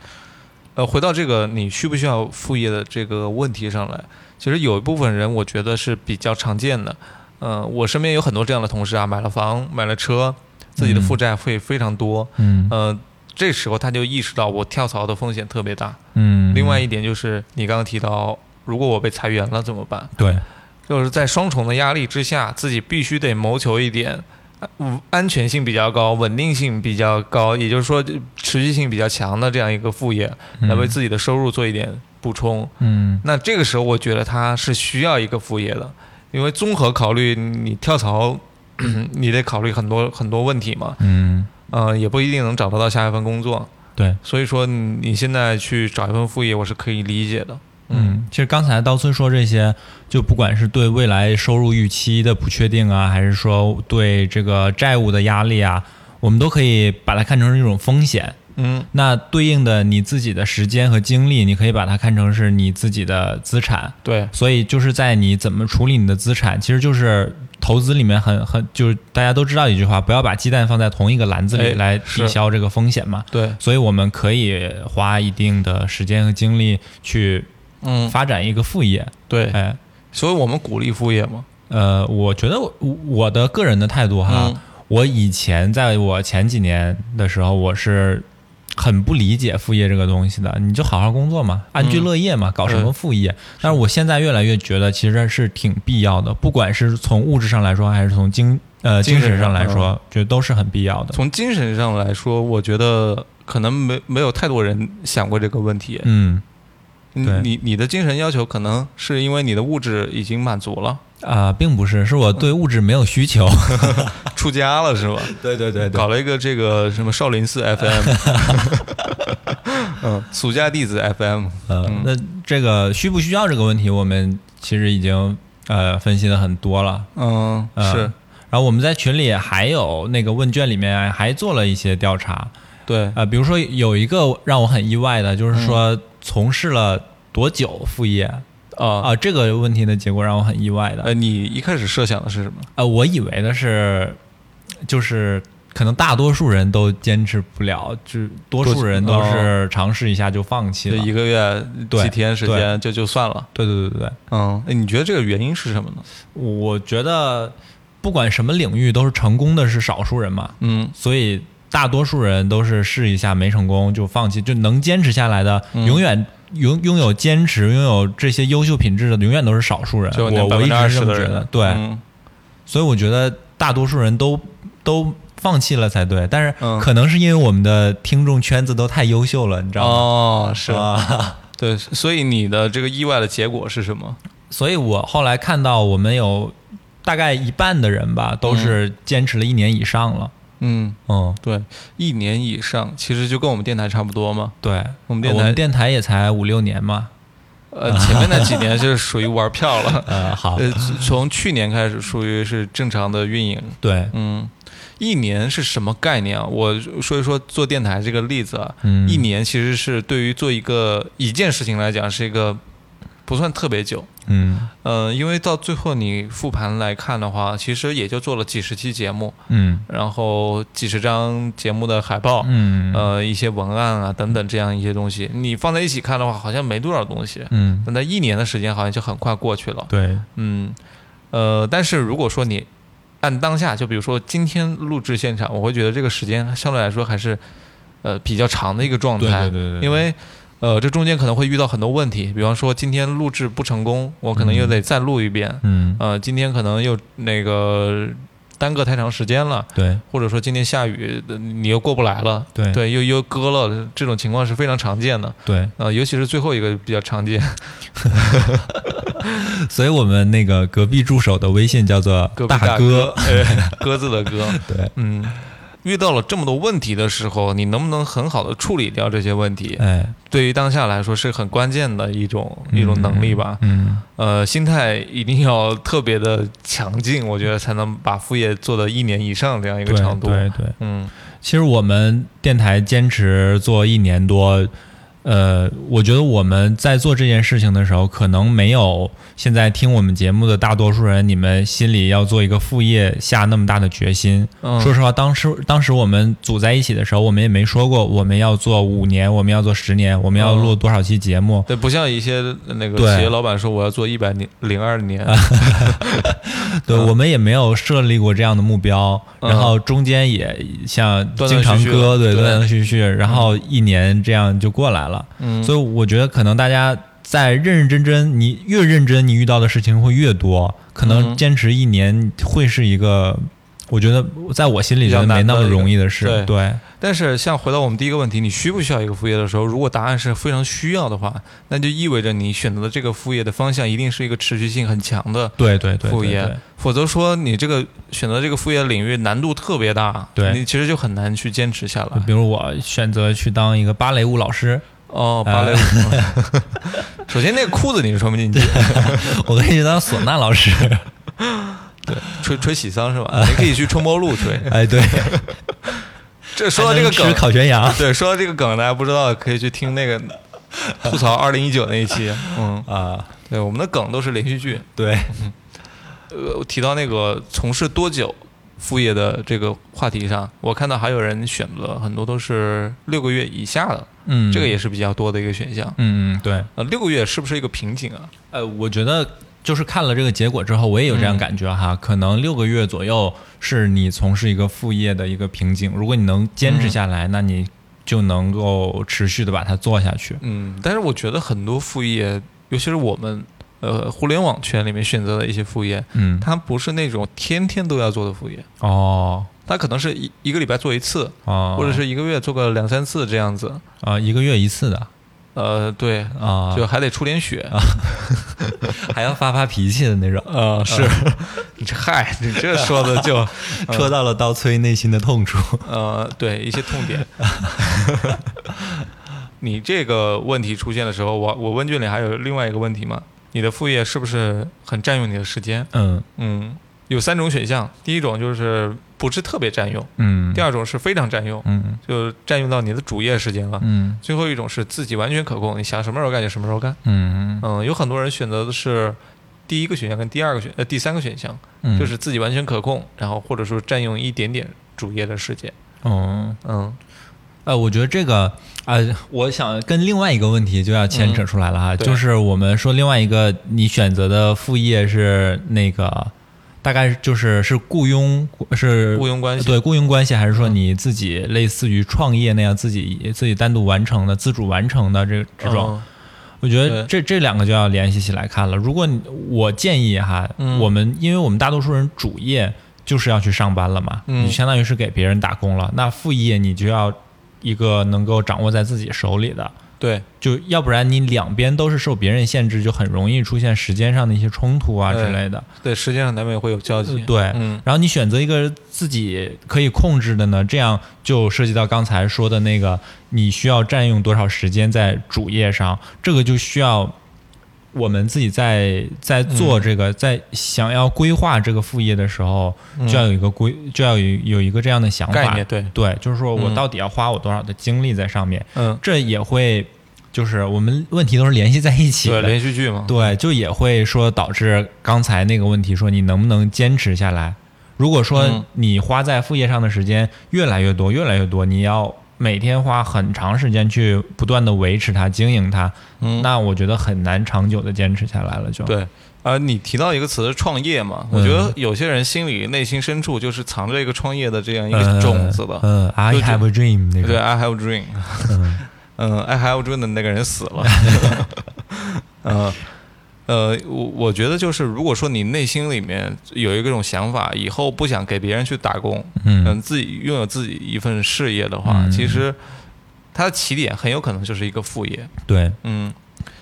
[SPEAKER 1] 呃，回到这个你需不需要副业的这个问题上来，其实有一部分人我觉得是比较常见的。呃，我身边有很多这样的同事啊，买了房，买了车，自己的负债会非常多。
[SPEAKER 2] 嗯
[SPEAKER 1] 呃，这时候他就意识到我跳槽的风险特别大。
[SPEAKER 2] 嗯，
[SPEAKER 1] 另外一点就是你刚刚提到，如果我被裁员了怎么办？
[SPEAKER 2] 对，
[SPEAKER 1] 就是在双重的压力之下，自己必须得谋求一点呃安全性比较高、稳定性比较高，也就是说持续性比较强的这样一个副业，来为自己的收入做一点补充。
[SPEAKER 2] 嗯
[SPEAKER 1] 那这个时候，我觉得他是需要一个副业的，因为综合考虑，你跳槽，嗯你得考虑很多很多问题嘛，
[SPEAKER 2] 嗯，
[SPEAKER 1] 呃，也不一定能找得到下一份工作。
[SPEAKER 2] 对，
[SPEAKER 1] 所以说，你你现在去找一份副业，我是可以理解的。
[SPEAKER 2] 嗯，其实刚才刀村说这些，就不管是对未来收入预期的不确定啊，还是说对这个债务的压力啊，我们都可以把它看成是一种风险。
[SPEAKER 1] 嗯
[SPEAKER 2] 那对应的你自己的时间和精力，你可以把它看成是你自己的资产。
[SPEAKER 1] 对，
[SPEAKER 2] 所以就是在你怎么处理你的资产，其实就是投资里面很很就是大家都知道一句话，不要把鸡蛋放在同一个篮子里
[SPEAKER 1] 哎
[SPEAKER 2] 来
[SPEAKER 1] 是
[SPEAKER 2] 抵消这个风险嘛。
[SPEAKER 1] 对，
[SPEAKER 2] 所以我们可以花一定的时间和精力去
[SPEAKER 1] 嗯，
[SPEAKER 2] 发展一个副业。
[SPEAKER 1] 对，
[SPEAKER 2] 哎，
[SPEAKER 1] 所以我们鼓励副业嘛。
[SPEAKER 2] 呃，我觉得我我的个人的态度哈，
[SPEAKER 1] 嗯
[SPEAKER 2] 我以前在我前几年的时候，我是很不理解副业这个东西的。你就好好工作嘛，安居乐业嘛，搞什么副业？但嗯是我现在越来越觉得，其实是挺必要的，不管是从物质上来说，还是从精呃
[SPEAKER 1] 精
[SPEAKER 2] 精
[SPEAKER 1] 神
[SPEAKER 2] 神
[SPEAKER 1] 上
[SPEAKER 2] 上来说，觉得都是很必要的。
[SPEAKER 1] 从精神上来说，我觉得可能没没有太多人想过这个问题。
[SPEAKER 2] 嗯
[SPEAKER 1] 你
[SPEAKER 2] 对
[SPEAKER 1] 你你的精神要求可能是因为你的物质已经满足 了，
[SPEAKER 2] 啊、并不是，是我对物质没有需求。
[SPEAKER 1] 出家了是吧？
[SPEAKER 2] 对对对
[SPEAKER 1] 搞了一个这个什么少林寺 FM，嗯， 俗家弟子 FM，
[SPEAKER 2] 呃，那这个需不需要这个问题，我们其实已经呃分析的很多了。
[SPEAKER 1] 嗯，
[SPEAKER 2] 呃、
[SPEAKER 1] 是。
[SPEAKER 2] 然后我们在群里还有那个问卷里面还做了一些调查，
[SPEAKER 1] 对，
[SPEAKER 2] 呃，比如说有一个让我很意外的，就是说从事了多久副业啊、
[SPEAKER 1] 啊，
[SPEAKER 2] 这个问题的结果让我很
[SPEAKER 1] 哎
[SPEAKER 2] 意外的。呃
[SPEAKER 1] 呃，你一开始设想的是什么？
[SPEAKER 2] 呃，我以为的是就是可能大多数人都坚持不了，就多数人都是尝试一下就放弃
[SPEAKER 1] 就
[SPEAKER 2] 了。
[SPEAKER 1] 一个月
[SPEAKER 2] 对
[SPEAKER 1] 几天时间就就算了。
[SPEAKER 2] 对对对对对，
[SPEAKER 1] 嗯，哎，你觉得这个原因是什么呢？
[SPEAKER 2] 我觉得不管什么领域，都是成功的是少数人嘛，
[SPEAKER 1] 嗯
[SPEAKER 2] 所以大多数人都是试一下没成功就放弃，就能坚持下来的，
[SPEAKER 1] 嗯
[SPEAKER 2] 永远拥拥有坚持、拥有这些优秀品质的，永远都是少数人。
[SPEAKER 1] 就那
[SPEAKER 2] 我我一直
[SPEAKER 1] 20%
[SPEAKER 2] 是这么
[SPEAKER 1] 的
[SPEAKER 2] 觉得
[SPEAKER 1] 人，，
[SPEAKER 2] 对，
[SPEAKER 1] 嗯
[SPEAKER 2] 所以我觉得大多数人都都放弃了才对，但是
[SPEAKER 1] 嗯
[SPEAKER 2] 可能是因为我们的听众圈子都太优秀了，你知道吗？
[SPEAKER 1] 哦，是
[SPEAKER 2] 啊，
[SPEAKER 1] 对，所以你的这个意外的结果是什么？
[SPEAKER 2] 所以我后来看到我们有大概一半的人吧，都是坚持了一年以上了。
[SPEAKER 1] 嗯，
[SPEAKER 2] 嗯，
[SPEAKER 1] 对，一年以上，其实就跟我们电台差不多嘛。
[SPEAKER 2] 对，
[SPEAKER 1] 我们电台
[SPEAKER 2] 电台也才五六年嘛。。
[SPEAKER 1] 呃，前面那几年就是属于玩票 了
[SPEAKER 2] 呃，好，
[SPEAKER 1] 呃，从去年开始属于是正常的运营。
[SPEAKER 2] 对，
[SPEAKER 1] 嗯，一年是什么概念啊？我说一说做电台这个例子啊，
[SPEAKER 2] 嗯，
[SPEAKER 1] 一，年其实是对于做一个一件事情来讲是一个不算特别久。
[SPEAKER 2] 嗯
[SPEAKER 1] 嗯，因为到最后你复盘来看的话，其实也就做了几十期节目，
[SPEAKER 2] 嗯
[SPEAKER 1] 然后几十张节目的海报，
[SPEAKER 2] 嗯
[SPEAKER 1] 呃，一些文案啊等等这样一些东西，你放在一起看的话，好像没多少东西。
[SPEAKER 2] 嗯，
[SPEAKER 1] 但在一年的时间，好像就很快过去了。
[SPEAKER 2] 对，
[SPEAKER 1] 嗯，呃，但是如果说你按当下，就比如说今天录制现场，我会觉得这个时间相对来说还是呃比较长的一个状
[SPEAKER 2] 对
[SPEAKER 1] 态，
[SPEAKER 2] 对对对，
[SPEAKER 1] 因为呃这中间可能会遇到很多问题，比方说今天录制不成功，我可能又得再录一遍，
[SPEAKER 2] 嗯，
[SPEAKER 1] 呃，今天可能又那个耽搁太长时间了，
[SPEAKER 2] 对
[SPEAKER 1] 或者说今天下雨，呃你又过不来了。
[SPEAKER 2] 对
[SPEAKER 1] 对，又又割了，这种情况是非常常见的，
[SPEAKER 2] 对，
[SPEAKER 1] 呃，尤其是最后一个比较常 见。
[SPEAKER 2] 所以我们那个隔壁助手的微信叫做
[SPEAKER 1] 隔壁
[SPEAKER 2] 大
[SPEAKER 1] 哥
[SPEAKER 2] 哥，，
[SPEAKER 1] 哎 鸽子的鸽，
[SPEAKER 2] 对，
[SPEAKER 1] 嗯，遇到了这么多问题的时候，你能不能很好的处理掉这些问题？
[SPEAKER 2] 哎，
[SPEAKER 1] 对于当下来说是很关键的一种一种能力吧。
[SPEAKER 2] 嗯，
[SPEAKER 1] 呃，心态一定要特别的强劲，我觉得才能把副业做到一年以上这样一个
[SPEAKER 2] 对
[SPEAKER 1] 长度。
[SPEAKER 2] 对对，
[SPEAKER 1] 嗯
[SPEAKER 2] 其实我们电台坚持做一年多，呃，我觉得我们在做这件事情的时候，可能没有现在听我们节目的大多数人，你们心里要做一个副业下那么大的决心。
[SPEAKER 1] 嗯，
[SPEAKER 2] 说实话，当时当时我们组在一起的时候，我们也没说过我们要做五年，我们要做十年，我们要
[SPEAKER 1] 嗯
[SPEAKER 2] 录多少期节目。
[SPEAKER 1] 对，不像一些那个
[SPEAKER 2] 对
[SPEAKER 1] 企业老板说我要做一百年零二 年，
[SPEAKER 2] 对，
[SPEAKER 1] 嗯
[SPEAKER 2] 我们也没有设立过这样的目标，
[SPEAKER 1] 嗯
[SPEAKER 2] 然后中间也像
[SPEAKER 1] 断断
[SPEAKER 2] 经常
[SPEAKER 1] 续续
[SPEAKER 2] 割，对，
[SPEAKER 1] 对
[SPEAKER 2] 断断续续，然后一年这样就过来了。
[SPEAKER 1] 嗯，
[SPEAKER 2] 所以我觉得可能大家在认认真真，你越认真，你遇到的事情会越多，可能
[SPEAKER 1] 嗯
[SPEAKER 2] 坚持一年会是一个，我觉得在我心里
[SPEAKER 1] 比
[SPEAKER 2] 觉
[SPEAKER 1] 较
[SPEAKER 2] 得没
[SPEAKER 1] 难
[SPEAKER 2] 那
[SPEAKER 1] 的
[SPEAKER 2] 么
[SPEAKER 1] 一个
[SPEAKER 2] 容易的事，
[SPEAKER 1] 对
[SPEAKER 2] 对
[SPEAKER 1] 但是，像回到我们第一个问题，你需不需要一个副业的时候，如果答案是非常需要的话，那就意味着你选择的这个副业的方向一定是一个持续性很强的，
[SPEAKER 2] 对对对，
[SPEAKER 1] 副业
[SPEAKER 2] 对
[SPEAKER 1] 否则说你这个选择这个副业领域难度特别大，
[SPEAKER 2] 对啊
[SPEAKER 1] 你其实就很难去坚持下
[SPEAKER 2] 就
[SPEAKER 1] 来。
[SPEAKER 2] 比如我选择去当一个芭蕾舞老师，
[SPEAKER 1] 哦，芭蕾舞，首先那个裤子你是穿不进去，
[SPEAKER 2] 我可以去当唢呐老 师，
[SPEAKER 1] 吹吹喜丧是
[SPEAKER 2] 啊
[SPEAKER 1] 吧？你可以去冲波路吹。
[SPEAKER 2] 哎， 对，
[SPEAKER 1] 这说到这个
[SPEAKER 2] 还能吃
[SPEAKER 1] 梗，
[SPEAKER 2] 烤全羊
[SPEAKER 1] 对，说到这个梗，大家不知道可以去听那个吐槽二零一九那一期，嗯，
[SPEAKER 2] 啊，
[SPEAKER 1] 对，我们的梗都是连续剧。
[SPEAKER 2] 对，
[SPEAKER 1] 呃，我提到那个从事多久副业的这个话题上，我看到还有人选择很多都是六个月以下的，
[SPEAKER 2] 嗯，
[SPEAKER 1] 这个也
[SPEAKER 2] 是，
[SPEAKER 1] 是比较多的一个选项。
[SPEAKER 2] 嗯嗯，对，
[SPEAKER 1] 呃，六个月是不是一个瓶颈啊？
[SPEAKER 2] 呃，我觉得就是看了这个结果之后，我也有这样感觉哈。可能六个月左右是你从事一个副业的一个瓶颈，如果你能坚持下来，那你就能够持续的把它做下去。
[SPEAKER 1] 嗯，但是我觉得很多副业，尤其是我们呃互联网圈里面选择的一些副业，
[SPEAKER 2] 嗯，
[SPEAKER 1] 它不是那种天天都要做的副业，
[SPEAKER 2] 哦
[SPEAKER 1] 它可能是一一个礼拜做一次，
[SPEAKER 2] 哦，
[SPEAKER 1] 或者是一个月做个两三次这样子。
[SPEAKER 2] 啊、一个月一次的
[SPEAKER 1] 呃，对，
[SPEAKER 2] 啊，
[SPEAKER 1] 就还得出点血。
[SPEAKER 2] 还要发发脾气的那种，
[SPEAKER 1] 呃，是， 你这嗨，你这说的就
[SPEAKER 2] 戳到了刀崔内心的痛处。
[SPEAKER 1] 呃，对一些痛 点。你这个问题出现的时候，我我问卷里还有另外一个问题嘛？你的副业是不是很占用你的时间？
[SPEAKER 2] 嗯
[SPEAKER 1] 嗯，有三种选项，第一种就是不是特别占用，
[SPEAKER 2] 嗯，
[SPEAKER 1] 第二种是非常占用，
[SPEAKER 2] 嗯
[SPEAKER 1] 就占用到你的主业时间了。
[SPEAKER 2] 嗯
[SPEAKER 1] 最后一种是自己完全可控，你想什么时候干就什么时候干。
[SPEAKER 2] 嗯
[SPEAKER 1] 嗯，有很多人选择的是第一个选项跟第二个选呃第三个选项，
[SPEAKER 2] 嗯，
[SPEAKER 1] 就是自己完全可控，然后或者说占用一点点主业的世界。
[SPEAKER 2] 嗯，
[SPEAKER 1] 嗯
[SPEAKER 2] 呃，我觉得这个啊、呃我想跟另外一个问题就要牵扯出来了哈，
[SPEAKER 1] 嗯对
[SPEAKER 2] 就是我们说另外一个你选择的副业是那个，大概就是是雇佣是
[SPEAKER 1] 雇佣关系嗯
[SPEAKER 2] 对雇佣关系，还是说你自己类似于创业那样自己自己单独完成的、自主完成的这这种？
[SPEAKER 1] 嗯
[SPEAKER 2] 我觉得这这两个就要联系起来看了。如果你我建议哈，
[SPEAKER 1] 嗯
[SPEAKER 2] 我们因为我们大多数人主业就是要去上班了嘛，
[SPEAKER 1] 嗯
[SPEAKER 2] 你相当于是给别人打工了。那副业你就要一个能够掌握在自己手里的，
[SPEAKER 1] 对，
[SPEAKER 2] 就要不然你两边都是受别人限制，就很容易出现时间上的一些冲突啊之
[SPEAKER 1] 对
[SPEAKER 2] 类的。
[SPEAKER 1] 对，时间上难免会有交集。
[SPEAKER 2] 呃对，
[SPEAKER 1] 嗯
[SPEAKER 2] 然后你选择一个自己可以控制的呢，这样就涉及到刚才说的那个，你需要占用多少时间在主页上，这个就需要我们自己在在做这个，在想要规划这个副业的时候，
[SPEAKER 1] 嗯
[SPEAKER 2] 就要有一个规，就要有有一个这样的想
[SPEAKER 1] 概
[SPEAKER 2] 法
[SPEAKER 1] 念，对，
[SPEAKER 2] 对，就是说我
[SPEAKER 1] 嗯
[SPEAKER 2] 到底要花我多少的精力在上面，
[SPEAKER 1] 嗯，
[SPEAKER 2] 这也会就是我们问题都是联系在一起
[SPEAKER 1] 对，
[SPEAKER 2] 的，
[SPEAKER 1] 连续剧嘛，
[SPEAKER 2] 对，就也会说导致刚才那个问题，说你能不能坚持下来？如果说
[SPEAKER 1] 嗯
[SPEAKER 2] 你花在副业上的时间越来越多，越来越多，你要每天花很长时间去不断的维持它、经营它，
[SPEAKER 1] 嗯
[SPEAKER 2] 那我觉得很难长久的坚持下来了就。，
[SPEAKER 1] 对。啊，你提到一个词“创业”嘛，
[SPEAKER 2] 嗯
[SPEAKER 1] 我觉得有些人心里内心深处就是藏着一个创业的这样一个种子的。
[SPEAKER 2] 嗯、呃 i
[SPEAKER 1] 就就
[SPEAKER 2] have a dream 那
[SPEAKER 1] 对啊
[SPEAKER 2] 个。
[SPEAKER 1] ，I have a dream。
[SPEAKER 2] 嗯
[SPEAKER 1] 嗯，I have a dream 的那个人死 了。嗯，呃，我我觉得就是，如果说你内心里面有一个种想法，以后不想给别人去打工，
[SPEAKER 2] 嗯
[SPEAKER 1] 嗯，自己拥有自己一份事业的话，
[SPEAKER 2] 嗯
[SPEAKER 1] 其实它的起点很有可能就是一个副业。
[SPEAKER 2] 对，
[SPEAKER 1] 嗯，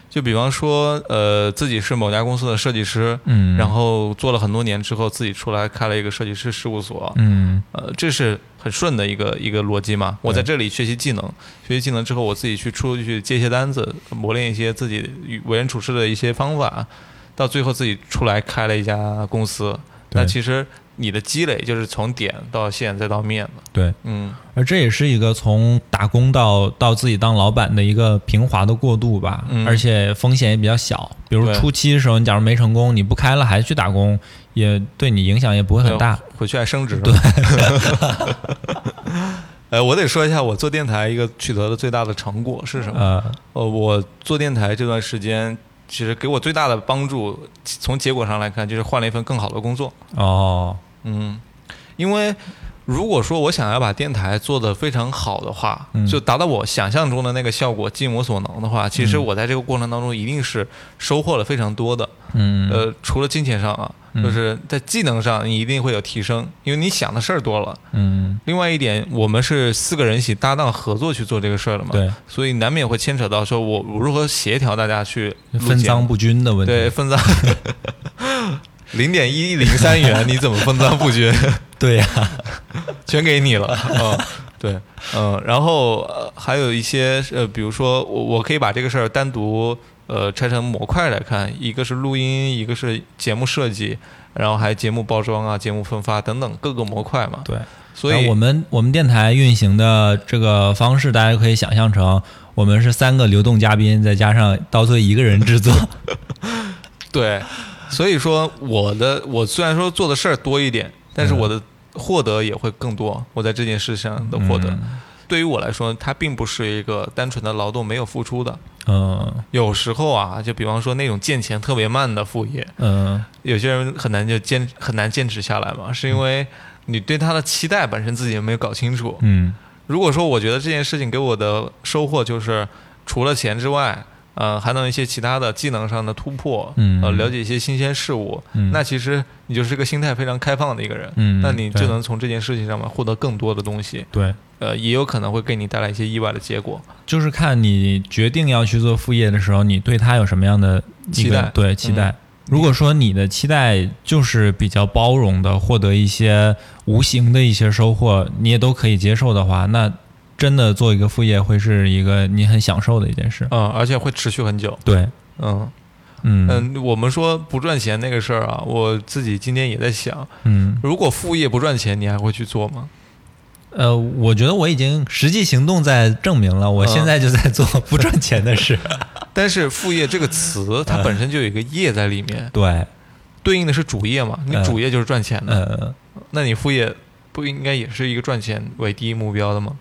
[SPEAKER 1] 就比方说，呃，自己是某家公司的设计师，
[SPEAKER 2] 嗯，
[SPEAKER 1] 然后做了很多年之后，自己出来开了一个设计师事务所，
[SPEAKER 2] 嗯
[SPEAKER 1] 呃，这是很顺的一个一个逻辑嘛。我在这里学习技能，学习技能之后，我自己去出去接一些单子，磨练一些自己与为人处事的一些方法，到最后自己出来开了一家公司。
[SPEAKER 2] 对
[SPEAKER 1] 那其实你的积累就是从点到线再到面的。
[SPEAKER 2] 对，
[SPEAKER 1] 嗯，
[SPEAKER 2] 而这也是一个从打工到到自己当老板的一个平滑的过渡吧，
[SPEAKER 1] 嗯
[SPEAKER 2] 而且风险也比较小。比如
[SPEAKER 1] 对
[SPEAKER 2] 初期的时候，你假如没成功，你不开了还去打工，也对你影响也不会很大。
[SPEAKER 1] 回去还升职。对。 呃，我得说一下我做电台一个取得的最大的成果是什么？
[SPEAKER 2] 呃，
[SPEAKER 1] 呃，我做电台这段时间，其实给我最大的帮助，其从结果上来看，就是换了一份更好的工作。
[SPEAKER 2] 哦，
[SPEAKER 1] 嗯，因为如果说我想要把电台做得非常好的话，
[SPEAKER 2] 嗯
[SPEAKER 1] 就达到我想象中的那个效果，尽我所能的话，其实我在这个过程当中一定是收获了非常多的。
[SPEAKER 2] 嗯，
[SPEAKER 1] 呃，除了金钱上啊，
[SPEAKER 2] 嗯
[SPEAKER 1] 就是在技能上你一定会有提升，因为你想的事儿多了。
[SPEAKER 2] 嗯，
[SPEAKER 1] 另外一点，我们是四个人一起搭档合作去做这个事儿的嘛，
[SPEAKER 2] 对，
[SPEAKER 1] 所以难免会牵扯到说我我如何协调大家去录
[SPEAKER 2] 分
[SPEAKER 1] 节目
[SPEAKER 2] 赃不均的问
[SPEAKER 1] 嗯
[SPEAKER 2] 题。
[SPEAKER 1] 对，分赃 零点一零三元，你怎么分赃不均？
[SPEAKER 2] 对呀、
[SPEAKER 1] 全给你了，嗯，对，嗯，然后、呃、还有一些呃，比如说我我可以把这个事儿单独呃拆成模块来看，一个是录音，一个是节目设计，然后还有节目包装啊、节目分发等等各个模块嘛。
[SPEAKER 2] 对。
[SPEAKER 1] 所
[SPEAKER 2] 然
[SPEAKER 1] 以
[SPEAKER 2] 后我们我们电台运行的这个方式，大家可以想象成我们是三个流动嘉宾，再加上刀碎一个人 制作。
[SPEAKER 1] 对，所以说我的我虽然说做的事儿多一点，但
[SPEAKER 2] 嗯
[SPEAKER 1] 是我的获得也会更多。我在这件事上的获得，
[SPEAKER 2] 嗯
[SPEAKER 1] 对于我来说，它并不是一个单纯的劳动没有付出的。
[SPEAKER 2] 嗯
[SPEAKER 1] 有时候啊，就比方说那种见钱特别慢的副业，
[SPEAKER 2] 嗯
[SPEAKER 1] 有些人很难就坚很难坚持下来嘛，是因为你对他的期待本身自己也没有搞清楚。
[SPEAKER 2] 嗯
[SPEAKER 1] 如果说我觉得这件事情给我的收获就是除了钱之外，呃，还能有一些其他的技能上的突破，
[SPEAKER 2] 嗯
[SPEAKER 1] 呃，了解一些新鲜事物，
[SPEAKER 2] 嗯
[SPEAKER 1] 那其实你就是个心态非常开放的一个人，
[SPEAKER 2] 嗯
[SPEAKER 1] 那你
[SPEAKER 2] 对
[SPEAKER 1] 就能从这件事情上面获得更多的东西，
[SPEAKER 2] 对。
[SPEAKER 1] 呃，也有可能会给你带来一些意外的结果。
[SPEAKER 2] 就是看你决定要去做副业的时候，你对它有什么样的一
[SPEAKER 1] 期
[SPEAKER 2] 个
[SPEAKER 1] 待嗯
[SPEAKER 2] 对期待。如果说你的期待就是比较包容的，获得一些无形的一些收获，你也都可以接受的话，那真的做一个副业会是一个你很享受的一件事。
[SPEAKER 1] 嗯，而且会持续很久。
[SPEAKER 2] 对，
[SPEAKER 1] 嗯
[SPEAKER 2] 嗯
[SPEAKER 1] 嗯，我们说不赚钱那个事儿啊，我自己今天也在想，
[SPEAKER 2] 嗯，
[SPEAKER 1] 如果副业不赚钱，你还会去做吗？
[SPEAKER 2] 呃，我觉得我已经实际行动在证明了，我
[SPEAKER 1] 嗯
[SPEAKER 2] 现在就在做 不赚钱的事。
[SPEAKER 1] 但是副业这个
[SPEAKER 2] 嗯
[SPEAKER 1] 词，它本身就有一个业在里面，
[SPEAKER 2] 对，
[SPEAKER 1] 对应的是主业嘛，你
[SPEAKER 2] 嗯
[SPEAKER 1] 主业就是赚钱的，
[SPEAKER 2] 呃，
[SPEAKER 1] 那你副业不应该也是一个赚钱为第一目标的吗？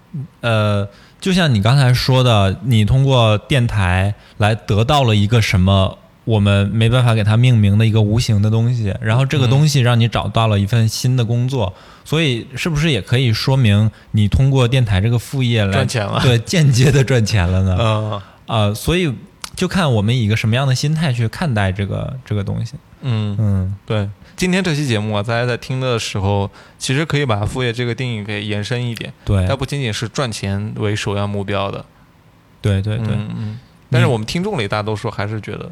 [SPEAKER 2] 呃，就像你刚才说的，你通过电台来得到了一个什么我们没办法给它命名的一个无形的东西，然后这个东西让你找到了一份新的工作，
[SPEAKER 1] 嗯
[SPEAKER 2] 所以是不是也可以说明你通过电台这个副业来
[SPEAKER 1] 赚钱了
[SPEAKER 2] 嗯 对，间接的赚钱了呢？
[SPEAKER 1] 嗯
[SPEAKER 2] 呃，所以就看我们以一个什么样的心态去看待这个这个东西。
[SPEAKER 1] 嗯，
[SPEAKER 2] 嗯
[SPEAKER 1] 对。今天这期节目啊，大家在听的时候，其实可以把副业这个定义给延伸一点，
[SPEAKER 2] 对
[SPEAKER 1] 它不仅仅是赚钱为首要目标的。
[SPEAKER 2] 对对对，
[SPEAKER 1] 嗯嗯。但是我们听众里大多数还是觉得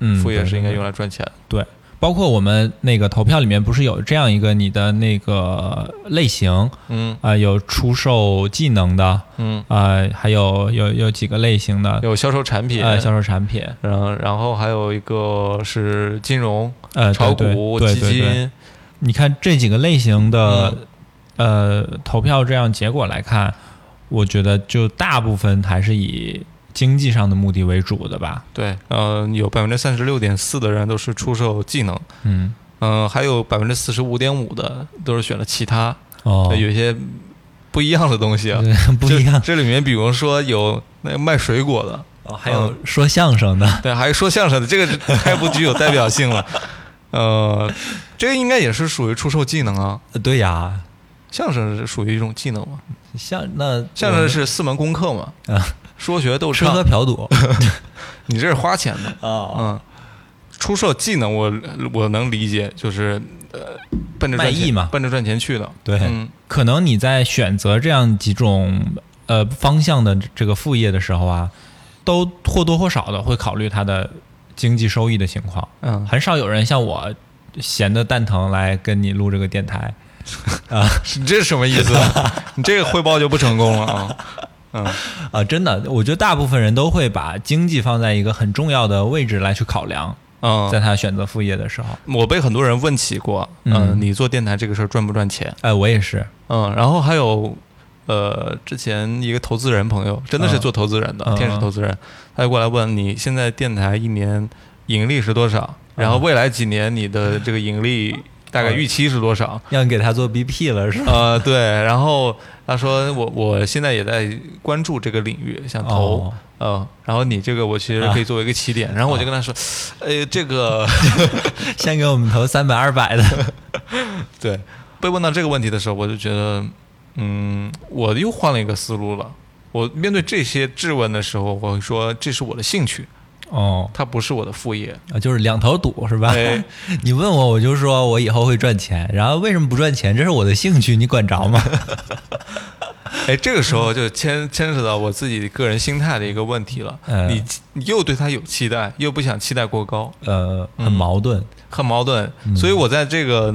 [SPEAKER 2] 嗯，
[SPEAKER 1] 副业是应该
[SPEAKER 2] 有。
[SPEAKER 1] 用来赚钱的。
[SPEAKER 2] 包括我们那个投票里面不是有这样一个你的那个类型啊、
[SPEAKER 1] 嗯
[SPEAKER 2] 呃有出售技能的啊、
[SPEAKER 1] 嗯，
[SPEAKER 2] 呃还有有有几个类型的
[SPEAKER 1] 有销售产品，
[SPEAKER 2] 呃销售产品，
[SPEAKER 1] 然后嗯然后还有一个是金融、
[SPEAKER 2] 呃
[SPEAKER 1] 炒
[SPEAKER 2] 对
[SPEAKER 1] 股、
[SPEAKER 2] 对
[SPEAKER 1] 基
[SPEAKER 2] 对对对，
[SPEAKER 1] 金，嗯
[SPEAKER 2] 你看这几个类型的、呃投票这样结果来看，我觉得就大部分还是以经济上的目的为主的吧，
[SPEAKER 1] 对，呃，有百分之三十六点四的人都是出售技能，
[SPEAKER 2] 嗯
[SPEAKER 1] 嗯、还有百分之四十五点五的都是选了其他，
[SPEAKER 2] 哦
[SPEAKER 1] 对，有一些不一样的东西啊，
[SPEAKER 2] 对 不一样，
[SPEAKER 1] 这这里面比如说有那个卖水果的，
[SPEAKER 2] 哦还有说相声的，
[SPEAKER 1] 对，还有说相声的，这个太不具有代表性了，呃，这个应该也是属于出售技能啊，
[SPEAKER 2] 对呀，
[SPEAKER 1] 相声是属于一种技能嘛，
[SPEAKER 2] 像那
[SPEAKER 1] 相声是四门功课嘛，
[SPEAKER 2] 啊
[SPEAKER 1] 说学逗
[SPEAKER 2] 吃喝
[SPEAKER 1] 唱，
[SPEAKER 2] 嫖赌
[SPEAKER 1] 你这是花钱的。
[SPEAKER 2] 啊，
[SPEAKER 1] 嗯，出售技能我我能理解，就是呃，奔着赚
[SPEAKER 2] 卖艺
[SPEAKER 1] 钱
[SPEAKER 2] 嘛
[SPEAKER 1] 奔着赚钱去的。
[SPEAKER 2] 对
[SPEAKER 1] 嗯
[SPEAKER 2] 可能你在选择这样几种呃方向的这个副业的时候啊，都或多或少的会考虑它的经济收益的情况，
[SPEAKER 1] 嗯，
[SPEAKER 2] 很少有人像我闲的蛋疼来跟你录这个电台。
[SPEAKER 1] 你这是什么意思？ 你这个汇报就不成功了 啊。
[SPEAKER 2] 啊，真的，我觉得大部分人都会把经济放在一个很重要的位置来去考量，在
[SPEAKER 1] 嗯，
[SPEAKER 2] 他选择副业的时候。
[SPEAKER 1] 我被很多人问起过，
[SPEAKER 2] 嗯
[SPEAKER 1] 嗯，你做电台这个事儿赚不赚钱？
[SPEAKER 2] 哎，我也是，
[SPEAKER 1] 嗯，然后还有。呃，之前一个投资人朋友真的是
[SPEAKER 2] 嗯
[SPEAKER 1] 做投资人的、
[SPEAKER 2] 嗯
[SPEAKER 1] 天使投资人，他就过来问你现在电台一年盈利是多少，然后
[SPEAKER 2] 嗯
[SPEAKER 1] 未来几年你的这个盈利大概
[SPEAKER 2] 嗯
[SPEAKER 1] 预期是多少？
[SPEAKER 2] 要给他做 BP 了 是 吧？
[SPEAKER 1] 呃，对，然后他说我我现在也在关注这个领域，想投
[SPEAKER 2] 哦，啊
[SPEAKER 1] 呃，然后你这个我其实可以作为一个起点，然后我就跟他说，呃，这个
[SPEAKER 2] 先给我们投三百二百的，
[SPEAKER 1] 对，被问到这个问题的时候，我就觉得，嗯，我又换了一个思路了。我面对这些质问的时候，我会说这是我的兴趣，
[SPEAKER 2] 哦，
[SPEAKER 1] 它不是我的副业。
[SPEAKER 2] 啊，就是两头堵是吧
[SPEAKER 1] 对？
[SPEAKER 2] 你问我，我就说我以后会赚钱，然后为什么不赚钱？这是我的兴趣，你管着 吗？
[SPEAKER 1] 哎，这个时候就牵牵扯到我自己个人心态的一个问题了。
[SPEAKER 2] 嗯
[SPEAKER 1] 你你又对他有期待，又不想期待过高，
[SPEAKER 2] 呃，
[SPEAKER 1] 嗯
[SPEAKER 2] 很矛盾。
[SPEAKER 1] 很矛盾，
[SPEAKER 2] 嗯
[SPEAKER 1] 所以我在这个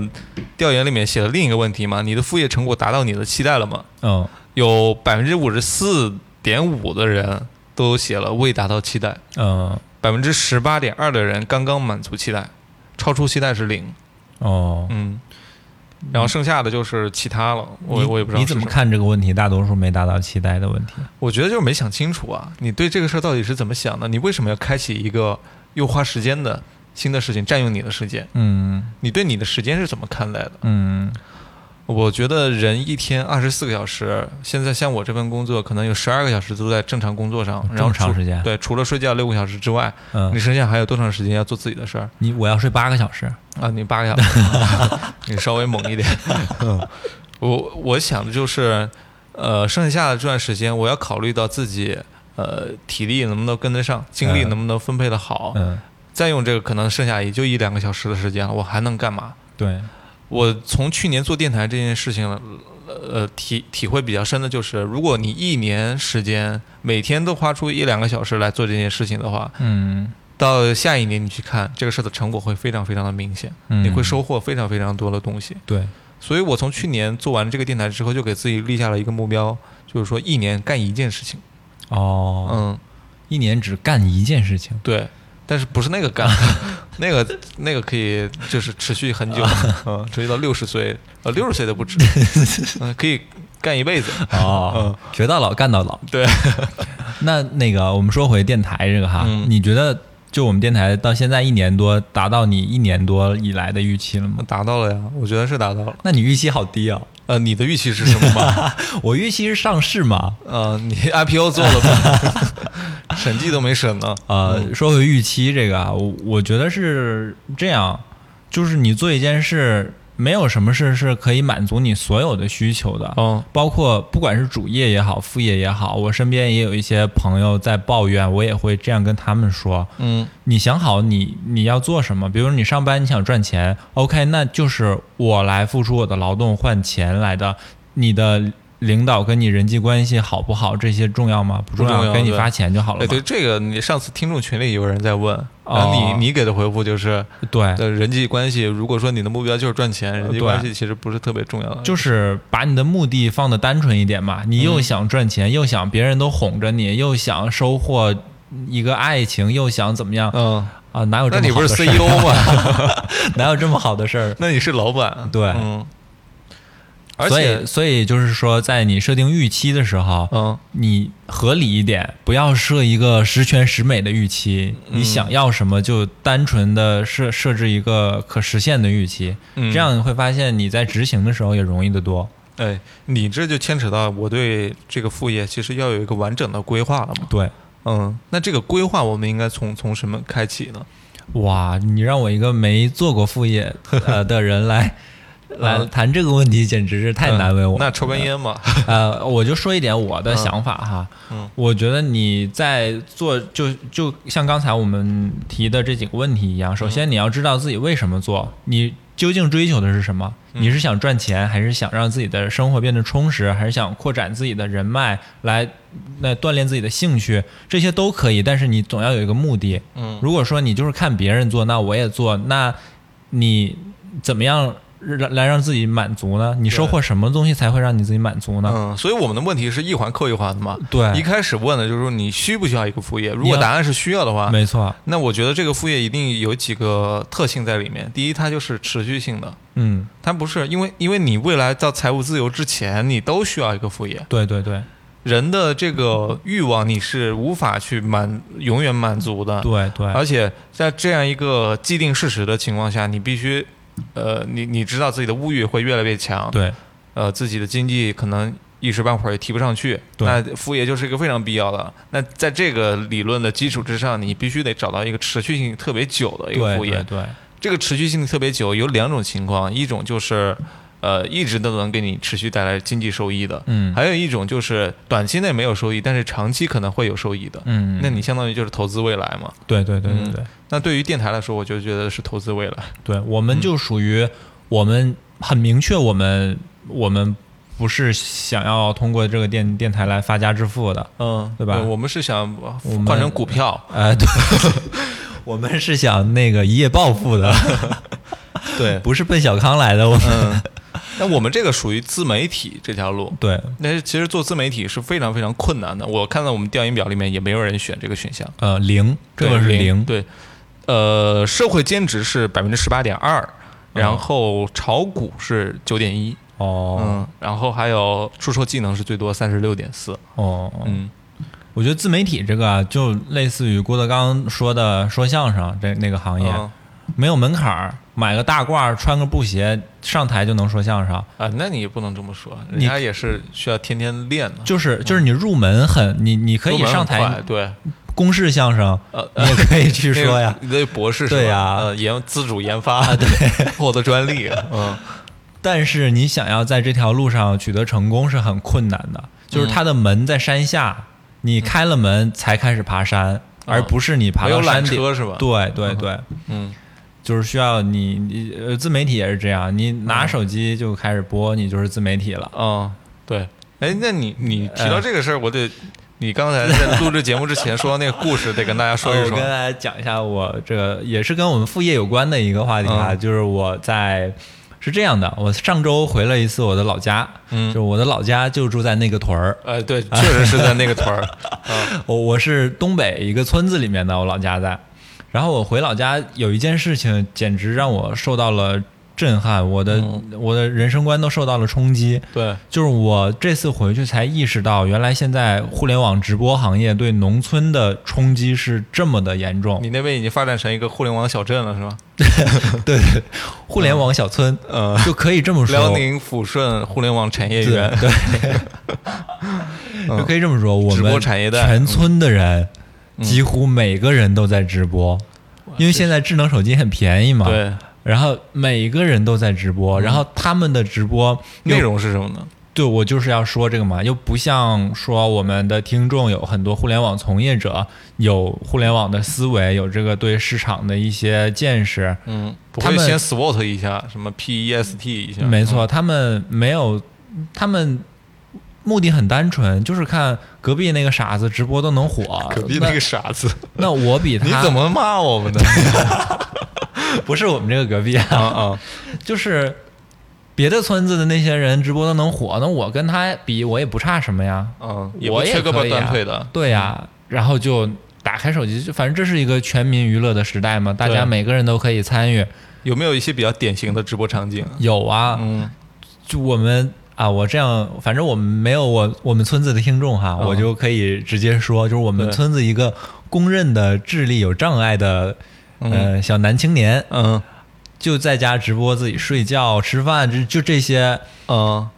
[SPEAKER 1] 调研里面写了另一个问题嘛：你的副业成果达到你的期待了吗？
[SPEAKER 2] 嗯，
[SPEAKER 1] 有百分之五十四点五的人都写了未达到期待，
[SPEAKER 2] 嗯，
[SPEAKER 1] 百分之十八点二的人刚刚满足期待，超出期待是零。
[SPEAKER 2] 哦，
[SPEAKER 1] 嗯，然后剩下的就是其他了，我
[SPEAKER 2] 你
[SPEAKER 1] 我也不知道
[SPEAKER 2] 你怎
[SPEAKER 1] 是
[SPEAKER 2] 么
[SPEAKER 1] 什。
[SPEAKER 2] 看这个问题？大多数没达到期待的问题。
[SPEAKER 1] 我觉得就是没想清楚啊，你对这个事儿到底是怎么想的？你为什么要开启一个又花时间的新的事情，占用你的时间？
[SPEAKER 2] 嗯
[SPEAKER 1] 你对你的时间是怎么看待的？
[SPEAKER 2] 嗯
[SPEAKER 1] 我觉得人一天二十四个小时，现在像我这份工作，可能有十二个小时都在正常工作上，然后
[SPEAKER 2] 正常
[SPEAKER 1] 除
[SPEAKER 2] 时间
[SPEAKER 1] 对，除了睡觉六个小时之外，你
[SPEAKER 2] 嗯，
[SPEAKER 1] 剩下还有多长时间要做自己的事儿
[SPEAKER 2] 你我要睡八个 小时。
[SPEAKER 1] 啊？你八个小 时， 你稍微猛一点。我我想的就是，呃，剩下的这段时间，我要考虑到自己呃体力能不能跟得上，精力
[SPEAKER 2] 嗯
[SPEAKER 1] 能不能分配的好，
[SPEAKER 2] 嗯，
[SPEAKER 1] 再用这个可能剩下也就一两个小时的时间了，我还能干嘛？
[SPEAKER 2] 对，
[SPEAKER 1] 我从去年做电台这件事情，呃，体体会比较深的就是，如果你一年时间每天都花出一两个小时来做这件事情的话，
[SPEAKER 2] 嗯
[SPEAKER 1] 到下一年你去看这个事儿的成果会非常非常的明显，
[SPEAKER 2] 嗯，
[SPEAKER 1] 你会收获非常非常多的东西。
[SPEAKER 2] 对，
[SPEAKER 1] 所以我从去年做完这个电台之后，就给自己立下了一个目标，就是说一年干一件事情。
[SPEAKER 2] 哦，
[SPEAKER 1] 嗯，
[SPEAKER 2] 一年只干一件事情。
[SPEAKER 1] 对。但是不是那个干， 那个那个可以就是持续很久，
[SPEAKER 2] 啊
[SPEAKER 1] 嗯，持续到六十岁，呃，六十岁都不 止，嗯，可以干一辈子。
[SPEAKER 2] 哦，学到老，干到老。
[SPEAKER 1] 对，
[SPEAKER 2] 那那个，我们说回电台这个哈，
[SPEAKER 1] 嗯
[SPEAKER 2] 你觉得就我们电台到现在一年多，达到你一年多以来的预期了吗？
[SPEAKER 1] 达到了呀，我觉得是达到了。
[SPEAKER 2] 那你预期好低啊、
[SPEAKER 1] 呃，你的预期是什么吗？
[SPEAKER 2] 我预期是上市嘛，
[SPEAKER 1] 呃，你 IPO 做了吗？ 审计都没审呢。
[SPEAKER 2] 呃，说回预期这个啊，我我觉得是这样，就是你做一件事，没有什么事是可以满足你所有的需求的。
[SPEAKER 1] 嗯
[SPEAKER 2] 包括不管是主业也好，副业也好，我身边也有一些朋友在抱怨，我也会这样跟他们说：
[SPEAKER 1] 嗯
[SPEAKER 2] 你想好你你要做什么？比如你上班你想赚钱，OK，那就是我来付出我的劳动换钱来的。你的领导跟你人际关系好不好，这些重要吗？不重
[SPEAKER 1] 不重要
[SPEAKER 2] 给你
[SPEAKER 1] 对
[SPEAKER 2] 发钱就好了
[SPEAKER 1] 哎，
[SPEAKER 2] 嘛。
[SPEAKER 1] 对这个，你上次听众群里有人在问，然后
[SPEAKER 2] 哦
[SPEAKER 1] 你你给的回复就是，
[SPEAKER 2] 对
[SPEAKER 1] 呃，人际关系，如果说你的目标就是赚钱，人际
[SPEAKER 2] 呃对
[SPEAKER 1] 关系其实不是特别重要的，
[SPEAKER 2] 就是把你的目的放的单纯一点嘛，你又想赚钱，又想别人都哄着你，又想收获一个爱情，又想怎么样
[SPEAKER 1] 嗯，
[SPEAKER 2] 啊？哪有
[SPEAKER 1] 那
[SPEAKER 2] 这
[SPEAKER 1] 你不
[SPEAKER 2] 么好
[SPEAKER 1] 是
[SPEAKER 2] 的事儿？
[SPEAKER 1] CEO 吗？
[SPEAKER 2] 哪有这么好的事儿？
[SPEAKER 1] 那你是老板，
[SPEAKER 2] 对
[SPEAKER 1] 嗯，而
[SPEAKER 2] 所
[SPEAKER 1] 且
[SPEAKER 2] 以，，所以就是说，在你设定预期的时候，
[SPEAKER 1] 嗯，
[SPEAKER 2] 你合理一点，不要设一个十全十美的预期。
[SPEAKER 1] 嗯
[SPEAKER 2] 你想要什么，就单纯的设设置一个可实现的预期，
[SPEAKER 1] 嗯
[SPEAKER 2] 这样你会发现你在执行的时候也容易得多。
[SPEAKER 1] 哎，你这就牵扯到我对这个副业其实要有一个完整的规划了嘛，
[SPEAKER 2] 对，
[SPEAKER 1] 嗯，那这个规划我们应该从从什么开启呢？
[SPEAKER 2] 哇，你让我一个没做过副业呃的人来来谈这个问题，简直是太难为
[SPEAKER 1] 嗯
[SPEAKER 2] 我。
[SPEAKER 1] 那抽根烟嘛，
[SPEAKER 2] 呃，我就说一点我的想法哈。
[SPEAKER 1] 嗯
[SPEAKER 2] 我觉得你在做就就像刚才我们提的这几个问题一样，首先你要知道自己为什么做，你究竟追求的是什么？你是想赚钱，还是想让自己的生活变得充实，还是想扩展自己的人脉，来来锻炼自己的兴趣？这些都可以，但是你总要有一个目的。
[SPEAKER 1] 嗯
[SPEAKER 2] 如果说你就是看别人做，那我也做，那你怎么样让来让自己满足呢？你收获什么东西才会让你自己满足呢？
[SPEAKER 1] 嗯，所以我们的问题是一环扣一环的嘛，
[SPEAKER 2] 对
[SPEAKER 1] 一开始问的就是说你需不需要一个副业，如果答案是需要的话，
[SPEAKER 2] 没错，
[SPEAKER 1] 那我觉得这个副业一定有几个特性在里面，第一，它就是持续性的。
[SPEAKER 2] 嗯，
[SPEAKER 1] 它不是因为，因为你未来到财务自由之前，你都需要一个副业。
[SPEAKER 2] 对对对
[SPEAKER 1] 人的这个欲望你是无法去满永远满足的，
[SPEAKER 2] 对对，
[SPEAKER 1] 而且在这样一个既定事实的情况下，你必须，呃，你你知道自己的物欲会越来越强，
[SPEAKER 2] 对
[SPEAKER 1] 呃，自己的经济可能一时半会儿也提不上去，
[SPEAKER 2] 对
[SPEAKER 1] 那副业就是一个非常必要的。那在这个理论的基础之上，你必须得找到一个持续性特别久的一个
[SPEAKER 2] 对
[SPEAKER 1] 副业。
[SPEAKER 2] 对对，
[SPEAKER 1] 这个持续性特别久有两种情况，一种就是。呃，一直都能给你持续带来经济收益的，
[SPEAKER 2] 嗯
[SPEAKER 1] 还有一种就是短期内没有收益，但是长期可能会有收益的，
[SPEAKER 2] 嗯，
[SPEAKER 1] 那你相当于就是投资未来嘛。
[SPEAKER 2] 对对对对
[SPEAKER 1] 嗯
[SPEAKER 2] 对
[SPEAKER 1] 那对于电台来说，我就觉得是投资未来。
[SPEAKER 2] 对，我们就属于我们很明确，我们我们不是想要通过这个电电台来发家致富的，
[SPEAKER 1] 嗯，
[SPEAKER 2] 对吧
[SPEAKER 1] 我们是想
[SPEAKER 2] 我们
[SPEAKER 1] 换成股票，
[SPEAKER 2] 呃，对， 我们是想那个一夜暴富的，
[SPEAKER 1] 对
[SPEAKER 2] 不是奔小康来的，我们
[SPEAKER 1] 嗯，那我们这个属于自媒体这条路，
[SPEAKER 2] 对。
[SPEAKER 1] 但是其实做自媒体是非常非常困难的。我看到我们调研表里面也没有人选这个选项，
[SPEAKER 2] 呃，零，这
[SPEAKER 1] 对
[SPEAKER 2] 个是零，
[SPEAKER 1] 对，呃，社会兼职是百分之十八点二，然后炒股是九点一，
[SPEAKER 2] 嗯哦
[SPEAKER 1] 嗯，然后还有出售技能是最多三十六点四，
[SPEAKER 2] 哦，
[SPEAKER 1] 嗯，
[SPEAKER 2] 我觉得自媒体这个啊，就类似于郭德纲说的说相声这那个行业，
[SPEAKER 1] 嗯
[SPEAKER 2] 没有门槛儿，买个大褂儿，穿个布鞋，上台就能说相声。
[SPEAKER 1] 啊，那你也不能这么说，人
[SPEAKER 2] 你
[SPEAKER 1] 家也是需要天天练的，
[SPEAKER 2] 就是就是你入门很，你你可
[SPEAKER 1] 嗯入
[SPEAKER 2] 以
[SPEAKER 1] 门很
[SPEAKER 2] 上
[SPEAKER 1] 快
[SPEAKER 2] 台
[SPEAKER 1] 对，
[SPEAKER 2] 公式相声，
[SPEAKER 1] 呃，
[SPEAKER 2] 你也可以去说呀。
[SPEAKER 1] 那个，那博士是吧
[SPEAKER 2] 对呀啊
[SPEAKER 1] 呃，研自主研发，对， 获得专利，嗯，
[SPEAKER 2] 但是你想要在这条路上取得成功是很困难的，就是它的门在山
[SPEAKER 1] 嗯
[SPEAKER 2] 下，你开了门才开始爬山，而不是你爬
[SPEAKER 1] 没有
[SPEAKER 2] 到山
[SPEAKER 1] 缆
[SPEAKER 2] 顶。
[SPEAKER 1] 车是吧？，
[SPEAKER 2] 对对对，
[SPEAKER 1] 嗯，
[SPEAKER 2] 就是需要你你呃自媒体也是这样，你
[SPEAKER 1] 嗯
[SPEAKER 2] 拿手机就开始播，你就是自媒体了。
[SPEAKER 1] 哦，对，哎，那你你提到这个事儿，我得，你刚才在录制节目之前说那个故事，得跟大家说一
[SPEAKER 2] 哦呃我
[SPEAKER 1] 说
[SPEAKER 2] 跟大，家讲一下，我这个也是跟我们副业有关的一个话题啊，
[SPEAKER 1] 嗯
[SPEAKER 2] 就是我在是这样的，我上周回了一次我的老家，
[SPEAKER 1] 嗯
[SPEAKER 2] 就是我的老家就住在那个屯儿，
[SPEAKER 1] 呃，对，确实是在那个团儿，啊，
[SPEAKER 2] 我我是东北一个村子里面的，我老家在。然后我回老家有一件事情，简直让我受到了震撼，我的、我的人生观都受到了冲击。
[SPEAKER 1] 嗯对，
[SPEAKER 2] 就是我这次回去才意识到，原来现在互联网直播行业对农村的冲击是这么的严重。
[SPEAKER 1] 你那边已经发展成一个互联网小镇了，是吧？
[SPEAKER 2] 对，互联网小村，
[SPEAKER 1] 呃，
[SPEAKER 2] 就可以这么说。
[SPEAKER 1] 辽宁抚顺互联网产业
[SPEAKER 2] 对
[SPEAKER 1] 园，
[SPEAKER 2] 对，就可以这么说，我
[SPEAKER 1] 嗯直播
[SPEAKER 2] 们
[SPEAKER 1] 产业带嗯
[SPEAKER 2] 全村的人几乎每个人都在直播，因为现在智能手机很便宜嘛。。
[SPEAKER 1] 对，嗯
[SPEAKER 2] 然后每个人都在直播，然后他们的直播
[SPEAKER 1] 内
[SPEAKER 2] 又
[SPEAKER 1] 容是什么呢？
[SPEAKER 2] 对我就是要说这个嘛，又不像说我们的听众有很多互联网从业者，有互联网的思维，有这个对市场的一些见识。
[SPEAKER 1] 嗯，不
[SPEAKER 2] 他
[SPEAKER 1] 会
[SPEAKER 2] 们
[SPEAKER 1] 先 SWOT 一下，什么 PEST 一下？嗯
[SPEAKER 2] 没错，他们没有，他们目的很单纯，就是看隔壁那个傻子直播都能火，
[SPEAKER 1] 嗯，隔壁那个傻子，
[SPEAKER 2] 啊那那我比他
[SPEAKER 1] 你怎么骂我 们呢？
[SPEAKER 2] 不是我们这个隔壁啊？
[SPEAKER 1] 啊啊，
[SPEAKER 2] 就是别的村子的那些人直播都能火，那我跟他比，我也不差什么呀。
[SPEAKER 1] 嗯，不
[SPEAKER 2] 我也
[SPEAKER 1] 缺胳
[SPEAKER 2] 可
[SPEAKER 1] 膊
[SPEAKER 2] 以啊
[SPEAKER 1] 断腿的，
[SPEAKER 2] 对呀、然后就打开手机，就反正这是一个全民娱乐的时代嘛，大家
[SPEAKER 1] 对
[SPEAKER 2] 每个人都可以参与。
[SPEAKER 1] 有没有一些比较典型的直播场景？
[SPEAKER 2] 有啊，
[SPEAKER 1] 嗯，
[SPEAKER 2] 就我们啊，我这样，反正我们没有我我们村子的听众哈，
[SPEAKER 1] 嗯
[SPEAKER 2] 我就可以直接说，就是我们
[SPEAKER 1] 对
[SPEAKER 2] 村子一个公认的智力有障碍的呃小男青年，
[SPEAKER 1] 嗯
[SPEAKER 2] 就在家直播自己睡觉、吃饭，就就这些，
[SPEAKER 1] 嗯，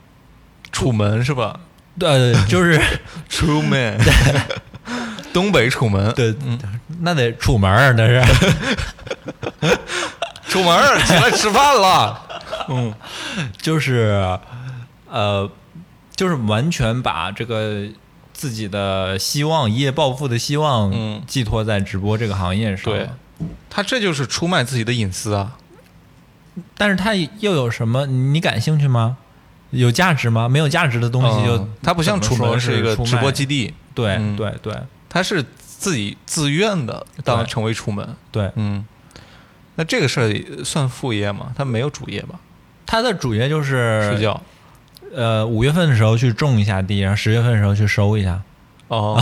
[SPEAKER 1] 楚门是吧？
[SPEAKER 2] 呃，就是
[SPEAKER 1] 楚门， 东北楚门，
[SPEAKER 2] 对，那得出门儿那是，
[SPEAKER 1] 楚门起来吃饭 了。
[SPEAKER 2] 就是呃，就是完全把这个。自己的希望，一夜暴富的希
[SPEAKER 1] 嗯
[SPEAKER 2] 望，寄托在直播这个行业上。
[SPEAKER 1] 对，他这就是出卖自己的隐私啊！
[SPEAKER 2] 但是它又有什么？你感兴趣吗？有价值吗？没有价值的东西就
[SPEAKER 1] 嗯他不像楚
[SPEAKER 2] 怎么说
[SPEAKER 1] 门
[SPEAKER 2] 是
[SPEAKER 1] 一个
[SPEAKER 2] 出卖
[SPEAKER 1] 直播基地，
[SPEAKER 2] 对
[SPEAKER 1] 嗯
[SPEAKER 2] 对对
[SPEAKER 1] 他是自己自愿的当
[SPEAKER 2] 对
[SPEAKER 1] 成为楚门。
[SPEAKER 2] 对，
[SPEAKER 1] 嗯，那这个事儿算副业吗？他没有主业吧？
[SPEAKER 2] 它的主业就
[SPEAKER 1] 睡
[SPEAKER 2] 是
[SPEAKER 1] 觉。
[SPEAKER 2] 呃五月份的时候去种一下地，然后十月份的时候去收一下，
[SPEAKER 1] 哦，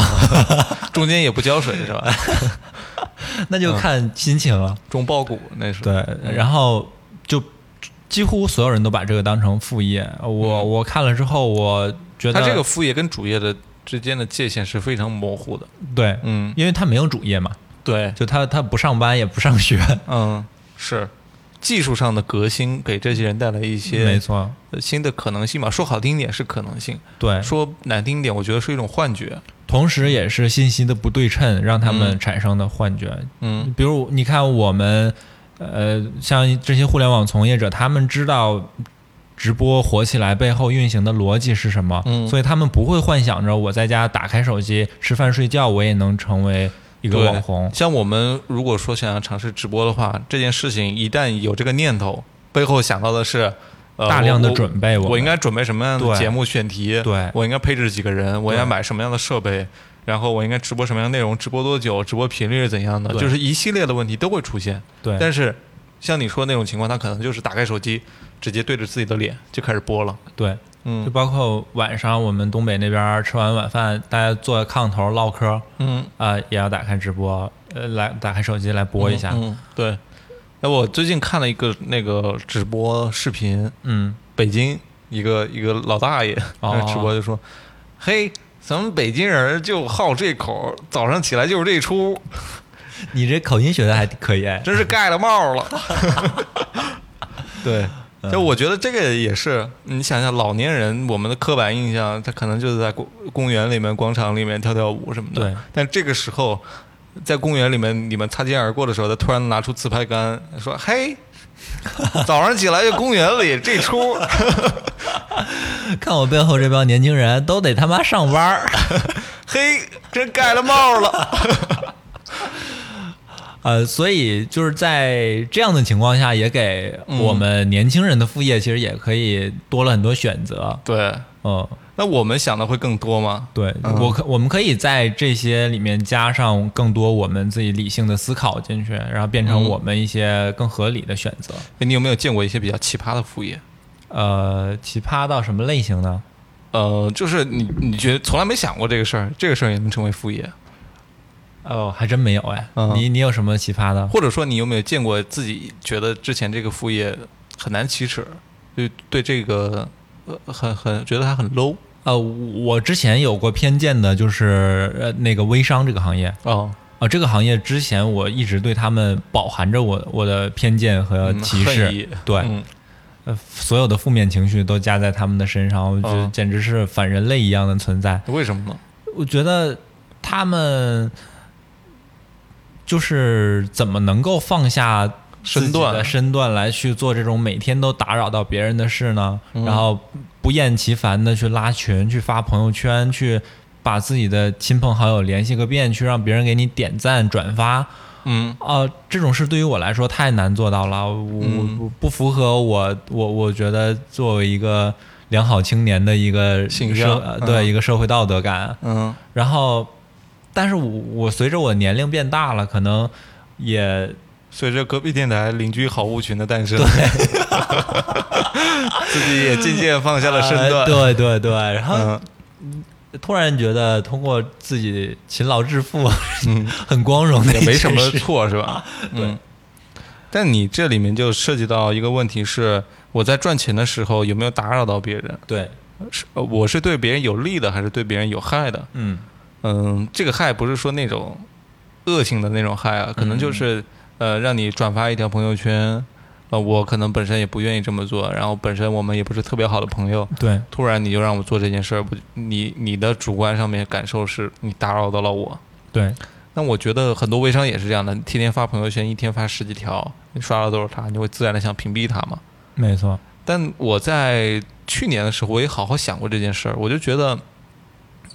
[SPEAKER 1] 中间也不浇水是吧？
[SPEAKER 2] 那就看心情了。
[SPEAKER 1] 种苞谷那是。
[SPEAKER 2] 对，然后就几乎所有人都把这个当成副业。我我看了之后，我觉得
[SPEAKER 1] 他嗯这个副业跟主业的之间的界限是非常模糊的。
[SPEAKER 2] 对，
[SPEAKER 1] 嗯，
[SPEAKER 2] 因为他没有主业嘛，
[SPEAKER 1] 对，
[SPEAKER 2] 就他他不上班也不上学，
[SPEAKER 1] 嗯，是技术上的革新给这些人带来一
[SPEAKER 2] 没
[SPEAKER 1] 些
[SPEAKER 2] 错，
[SPEAKER 1] 呃新的可能性嘛。说好听一点是可能性，
[SPEAKER 2] 对，
[SPEAKER 1] 说难听一点，我觉得是一种幻觉。
[SPEAKER 2] 同时也是信息的不对称让他们产生的幻觉。
[SPEAKER 1] 嗯
[SPEAKER 2] 比如你看我们，呃，像这些互联网从业者，他们知道。直播火起来背后运行的逻辑是什么？
[SPEAKER 1] 嗯
[SPEAKER 2] 所以他们不会幻想着我在家打开手机吃饭睡觉，我也能成为一个
[SPEAKER 1] 对
[SPEAKER 2] 网红。
[SPEAKER 1] 像我们如果说想要尝试直播的话，这件事情一旦有这个念头，背后想到的是。呃、
[SPEAKER 2] 大量的
[SPEAKER 1] 我
[SPEAKER 2] 准备
[SPEAKER 1] 我
[SPEAKER 2] 我
[SPEAKER 1] 应该准备什么样的
[SPEAKER 2] 对
[SPEAKER 1] 节目选题？
[SPEAKER 2] 对
[SPEAKER 1] 我应该配置几个人？我应该买什么样的设备？然后我应该直播什么样的内容？直播多久？直播频率是怎样的？
[SPEAKER 2] 对
[SPEAKER 1] 就是一系列的问题都会出现。
[SPEAKER 2] 对，
[SPEAKER 1] 但是像你说的那种情况，他可能就是打开手机，直接对着自己的脸就开始播了。
[SPEAKER 2] 对，就
[SPEAKER 1] 嗯
[SPEAKER 2] 包括晚上我们东北那边儿吃完晚饭，大家坐在炕头唠嗑，
[SPEAKER 1] 嗯，
[SPEAKER 2] 啊、也要打开直播，呃，来打开手机来播一下。
[SPEAKER 1] 嗯，嗯对。哎，我最近看了一个那个直播视频，
[SPEAKER 2] 嗯
[SPEAKER 1] 北京一个一个老大爷
[SPEAKER 2] 哦
[SPEAKER 1] 直播就说：“嘿，咱们北京人就好这口，早上起来就是这出，
[SPEAKER 2] 你这口音学的还可以哎，
[SPEAKER 1] 真是盖了帽了。对，
[SPEAKER 2] 嗯
[SPEAKER 1] 就我觉得这个也是，你想想老年人，我们的刻板印象，他可能就是在公公园里面、广场里面跳跳舞什么的。
[SPEAKER 2] 对，
[SPEAKER 1] 但这个时候，在公园里面你们擦肩而过的时候，他突然拿出自拍杆说：“嘿， 早上起来就公园里这出。”
[SPEAKER 2] 看我背后这帮年轻人都得他妈上班儿，
[SPEAKER 1] 嘿，真盖了帽了。
[SPEAKER 2] 呃，所以就是在这样的情况下，也给我们年轻人的副业其实也可以多了很多选择。
[SPEAKER 1] 对，
[SPEAKER 2] 嗯，
[SPEAKER 1] 那我们想的会更多吗？
[SPEAKER 2] 对、我可我们可以在这些里面加上更多我们自己理性的思考进去，然后变
[SPEAKER 1] 嗯
[SPEAKER 2] 成我们一些更合理的选择。
[SPEAKER 1] 你有没有见过一些比较奇葩的副业？嗯
[SPEAKER 2] 呃，奇葩到什么类型呢？
[SPEAKER 1] 呃，就是你你觉得从来没想过这个事儿，这个事儿也能成为副业，
[SPEAKER 2] 哦，还真没有哎，
[SPEAKER 1] 嗯
[SPEAKER 2] 你你有什么奇葩的？
[SPEAKER 1] 或者说你有没有见过自己觉得之前这个副业很难启齿，就对这个呃很很觉得它很 low
[SPEAKER 2] 呃，我之前有过偏见的，就是呃那个微商这个行业啊、
[SPEAKER 1] 哦，
[SPEAKER 2] 呃这个行业之前我一直对他们饱含着我我的偏见和
[SPEAKER 1] 嗯
[SPEAKER 2] 歧
[SPEAKER 1] 恨
[SPEAKER 2] 视，
[SPEAKER 1] 意
[SPEAKER 2] 对、
[SPEAKER 1] 嗯
[SPEAKER 2] 呃，所有的负面情绪都加在他们的身上，我觉得
[SPEAKER 1] 嗯
[SPEAKER 2] 简直是反人类一样的存在。
[SPEAKER 1] 为什么呢？
[SPEAKER 2] 我觉得他们就是怎么能够放下自己
[SPEAKER 1] 身段
[SPEAKER 2] 的身段来去做这种每天都打扰到别人的事呢？
[SPEAKER 1] 嗯
[SPEAKER 2] 然后不厌其烦的去拉群、去发朋友圈、去把自己的亲朋好友联系个遍，去让别人给你点赞、转发。
[SPEAKER 1] 嗯
[SPEAKER 2] 啊，这种事对于我来说太难做到了，我、
[SPEAKER 1] 嗯
[SPEAKER 2] 我不符合我我我觉得作为一个良好青年的一个
[SPEAKER 1] 形
[SPEAKER 2] 社
[SPEAKER 1] 象
[SPEAKER 2] 呃
[SPEAKER 1] 嗯
[SPEAKER 2] 对一个社会道德感。
[SPEAKER 1] 嗯
[SPEAKER 2] 然后，但是我我随着我年龄变大了，可能也
[SPEAKER 1] 随着隔壁电台邻居好物群的诞生， 自己也渐渐放下了身段。
[SPEAKER 2] 呃对对对，然后
[SPEAKER 1] 嗯
[SPEAKER 2] 突然觉得通过自己勤劳致富
[SPEAKER 1] 嗯，
[SPEAKER 2] 很光荣的
[SPEAKER 1] 也
[SPEAKER 2] 一
[SPEAKER 1] 没
[SPEAKER 2] 件
[SPEAKER 1] 什么
[SPEAKER 2] 事
[SPEAKER 1] 错是吧？嗯。但你这里面就涉及到一个问题是，我在赚钱的时候有没有打扰到别人？
[SPEAKER 2] 对，
[SPEAKER 1] 是呃我是对别人有利的，还是对别人有害的？
[SPEAKER 2] 嗯
[SPEAKER 1] 嗯，这个害不是说那种恶性的那种害啊，可能就是、呃，让你转发一条朋友圈，呃，我可能本身也不愿意这么做，然后本身我们也不是特别好的朋友，
[SPEAKER 2] 对
[SPEAKER 1] 突然你就让我做这件事儿，不，你你的主观上面感受是你打扰到了我。
[SPEAKER 2] 对
[SPEAKER 1] 那我觉得很多微商也是这样的，你天天发朋友圈，一天发十几条，你刷到都是他，你会自然的想屏蔽他嘛。
[SPEAKER 2] 没错，
[SPEAKER 1] 但我在去年的时候，我也好好想过这件事儿，我就觉得，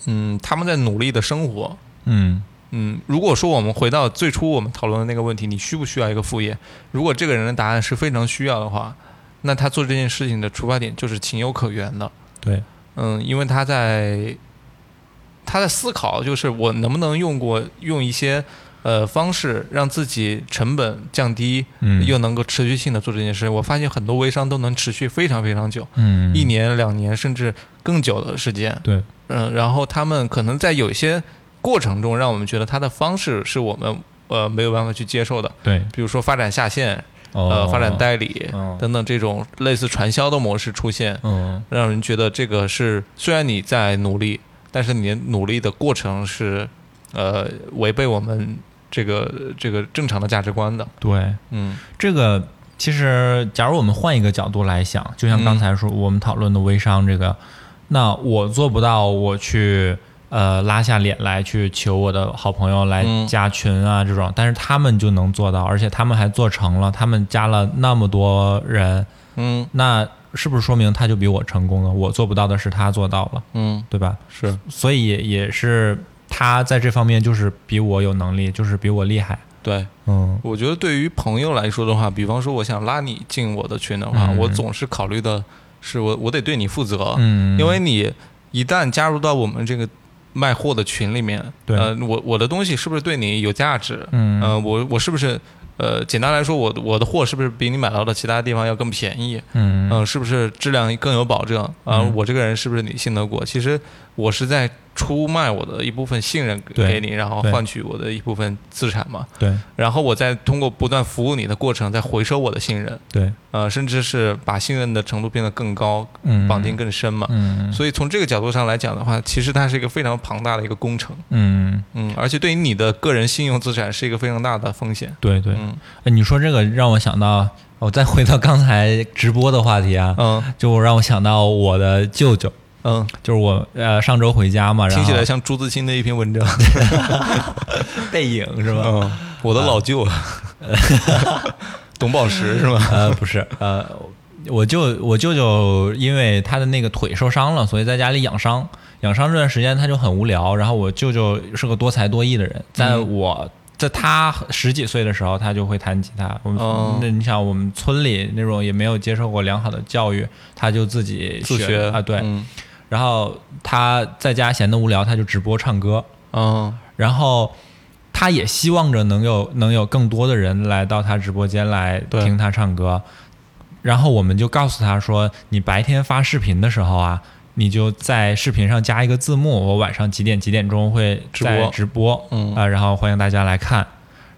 [SPEAKER 1] 嗯，他们在努力的生活，
[SPEAKER 2] 嗯
[SPEAKER 1] 嗯，如果说我们回到最初我们讨论的那个问题，你需不需要一个副业？如果这个人的答案是非常需要的话，那他做这件事情的出发点就是情有可原的。
[SPEAKER 2] 对，
[SPEAKER 1] 嗯，因为他在他在思考，就是我能不能用过用一些呃方式让自己成本降低，
[SPEAKER 2] 嗯
[SPEAKER 1] 又能够持续性的做这件事。我发现很多微商都能持续非常非常久，
[SPEAKER 2] 嗯
[SPEAKER 1] 一年、两年甚至更久的时间。
[SPEAKER 2] 对
[SPEAKER 1] 嗯，然后他们可能在有一些过程中，让我们觉得他的方式是我们呃没有办法去接受的，
[SPEAKER 2] 对
[SPEAKER 1] 比如说发展下线、
[SPEAKER 2] 哦
[SPEAKER 1] 呃发展代理、
[SPEAKER 2] 哦
[SPEAKER 1] 等等这种类似传销的模式出现，
[SPEAKER 2] 嗯
[SPEAKER 1] 让人觉得这个是虽然你在努力，但是你的努力的过程是呃违背我们这个这个正常的价值观的。
[SPEAKER 2] 对。
[SPEAKER 1] 嗯
[SPEAKER 2] 这个其实，假如我们换一个角度来想，就像
[SPEAKER 1] 嗯
[SPEAKER 2] 刚才说我们讨论的微商这个，那我做不到，我去呃拉下脸来去求我的好朋友来
[SPEAKER 1] 嗯
[SPEAKER 2] 加群啊这种，但是他们就能做到，而且他们还做成了，他们加了那么多人，
[SPEAKER 1] 嗯
[SPEAKER 2] 那是不是说明他就比我成功了？我做不到的是他做到了，
[SPEAKER 1] 嗯，
[SPEAKER 2] 对吧？
[SPEAKER 1] 是
[SPEAKER 2] 所以也也是他在这方面就是比我有能力，就是比我厉害，
[SPEAKER 1] 对。
[SPEAKER 2] 嗯
[SPEAKER 1] 我觉得对于朋友来说的话，比方说我想拉你进我的群的话，
[SPEAKER 2] 嗯
[SPEAKER 1] 我总是考虑的是我我得对你负责，
[SPEAKER 2] 嗯，
[SPEAKER 1] 因为你一旦加入到我们这个卖货的群里面，
[SPEAKER 2] 对
[SPEAKER 1] 呃，我我的东西是不是对你有价值？
[SPEAKER 2] 嗯
[SPEAKER 1] 呃，我我是不是呃，简单来说，我我的货是不是比你买到的其他地方要更便宜？
[SPEAKER 2] 嗯
[SPEAKER 1] 嗯、是不是质量更有保证？啊、
[SPEAKER 2] 嗯
[SPEAKER 1] 我这个人是不是你信得过？其实我是在出卖我的一部分信任给
[SPEAKER 2] 对
[SPEAKER 1] 给你，然后
[SPEAKER 2] 对
[SPEAKER 1] 换取我的一部分资产嘛。
[SPEAKER 2] 对
[SPEAKER 1] 然后我再通过不断服务你的过程，再回收我的信任，
[SPEAKER 2] 对，
[SPEAKER 1] 呃，甚至是把信任的程度变得更高，
[SPEAKER 2] 嗯
[SPEAKER 1] 绑定更深嘛。
[SPEAKER 2] 嗯，
[SPEAKER 1] 所以从这个角度上来讲的话，其实它是一个非常庞大的一个工程，
[SPEAKER 2] 嗯，
[SPEAKER 1] 嗯，而且对于你的个人信用资产是一个非常大的风险，
[SPEAKER 2] 对对，
[SPEAKER 1] 嗯
[SPEAKER 2] 哎你说这个让我想到，我再回到刚才直播的话题啊，
[SPEAKER 1] 嗯
[SPEAKER 2] 就让我想到我的舅舅，
[SPEAKER 1] 嗯，
[SPEAKER 2] 就是我呃上周回家嘛，然
[SPEAKER 1] 听
[SPEAKER 2] 后
[SPEAKER 1] 起来像朱自清的一篇文章，
[SPEAKER 2] 背影 是吧？
[SPEAKER 1] 嗯，我的老舅，啊董宝石是 吗？
[SPEAKER 2] 呃，不是，呃，我舅我舅舅因为他的那个腿受伤了，所以在家里养伤。养伤这段时间他就很无聊。然后我舅舅是个多才多艺的人，在
[SPEAKER 1] 嗯
[SPEAKER 2] 我、在他十几岁的时候，他就会弹吉他。我们、
[SPEAKER 1] 哦
[SPEAKER 2] 那你想，我们村里那种也没有接受过良好的教育，他就自己
[SPEAKER 1] 自学
[SPEAKER 2] 啊，对。
[SPEAKER 1] 嗯
[SPEAKER 2] 然后他在家闲得无聊，他就直播唱歌。
[SPEAKER 1] 嗯
[SPEAKER 2] 然后他也希望着能有能有更多的人来到他直播间来
[SPEAKER 1] 对
[SPEAKER 2] 听他唱歌。然后我们就告诉他说，你白天发视频的时候啊，你就在视频上加一个字幕，我晚上几点几点钟会
[SPEAKER 1] 直播
[SPEAKER 2] 在直播，
[SPEAKER 1] 嗯
[SPEAKER 2] 啊、然后欢迎大家来看。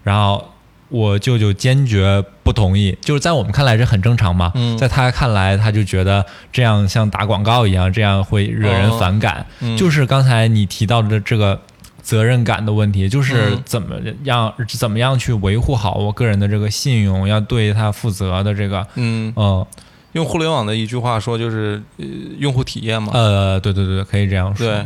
[SPEAKER 2] 然后我舅舅坚决不同意，就是在我们看来这很正常嘛，
[SPEAKER 1] 嗯
[SPEAKER 2] 在他看来，他就觉得这样像打广告一样，这样会惹人反感。
[SPEAKER 1] 嗯
[SPEAKER 2] 就是刚才你提到的这个责任感的问题，就是
[SPEAKER 1] 嗯
[SPEAKER 2] 怎么样、怎么样去维护好我个人的这个信用，要对他负责的这个，
[SPEAKER 1] 嗯，
[SPEAKER 2] 嗯
[SPEAKER 1] 用互联网的一句话说就是呃用户体验嘛。
[SPEAKER 2] 呃，对对对，可以这样说，
[SPEAKER 1] 对，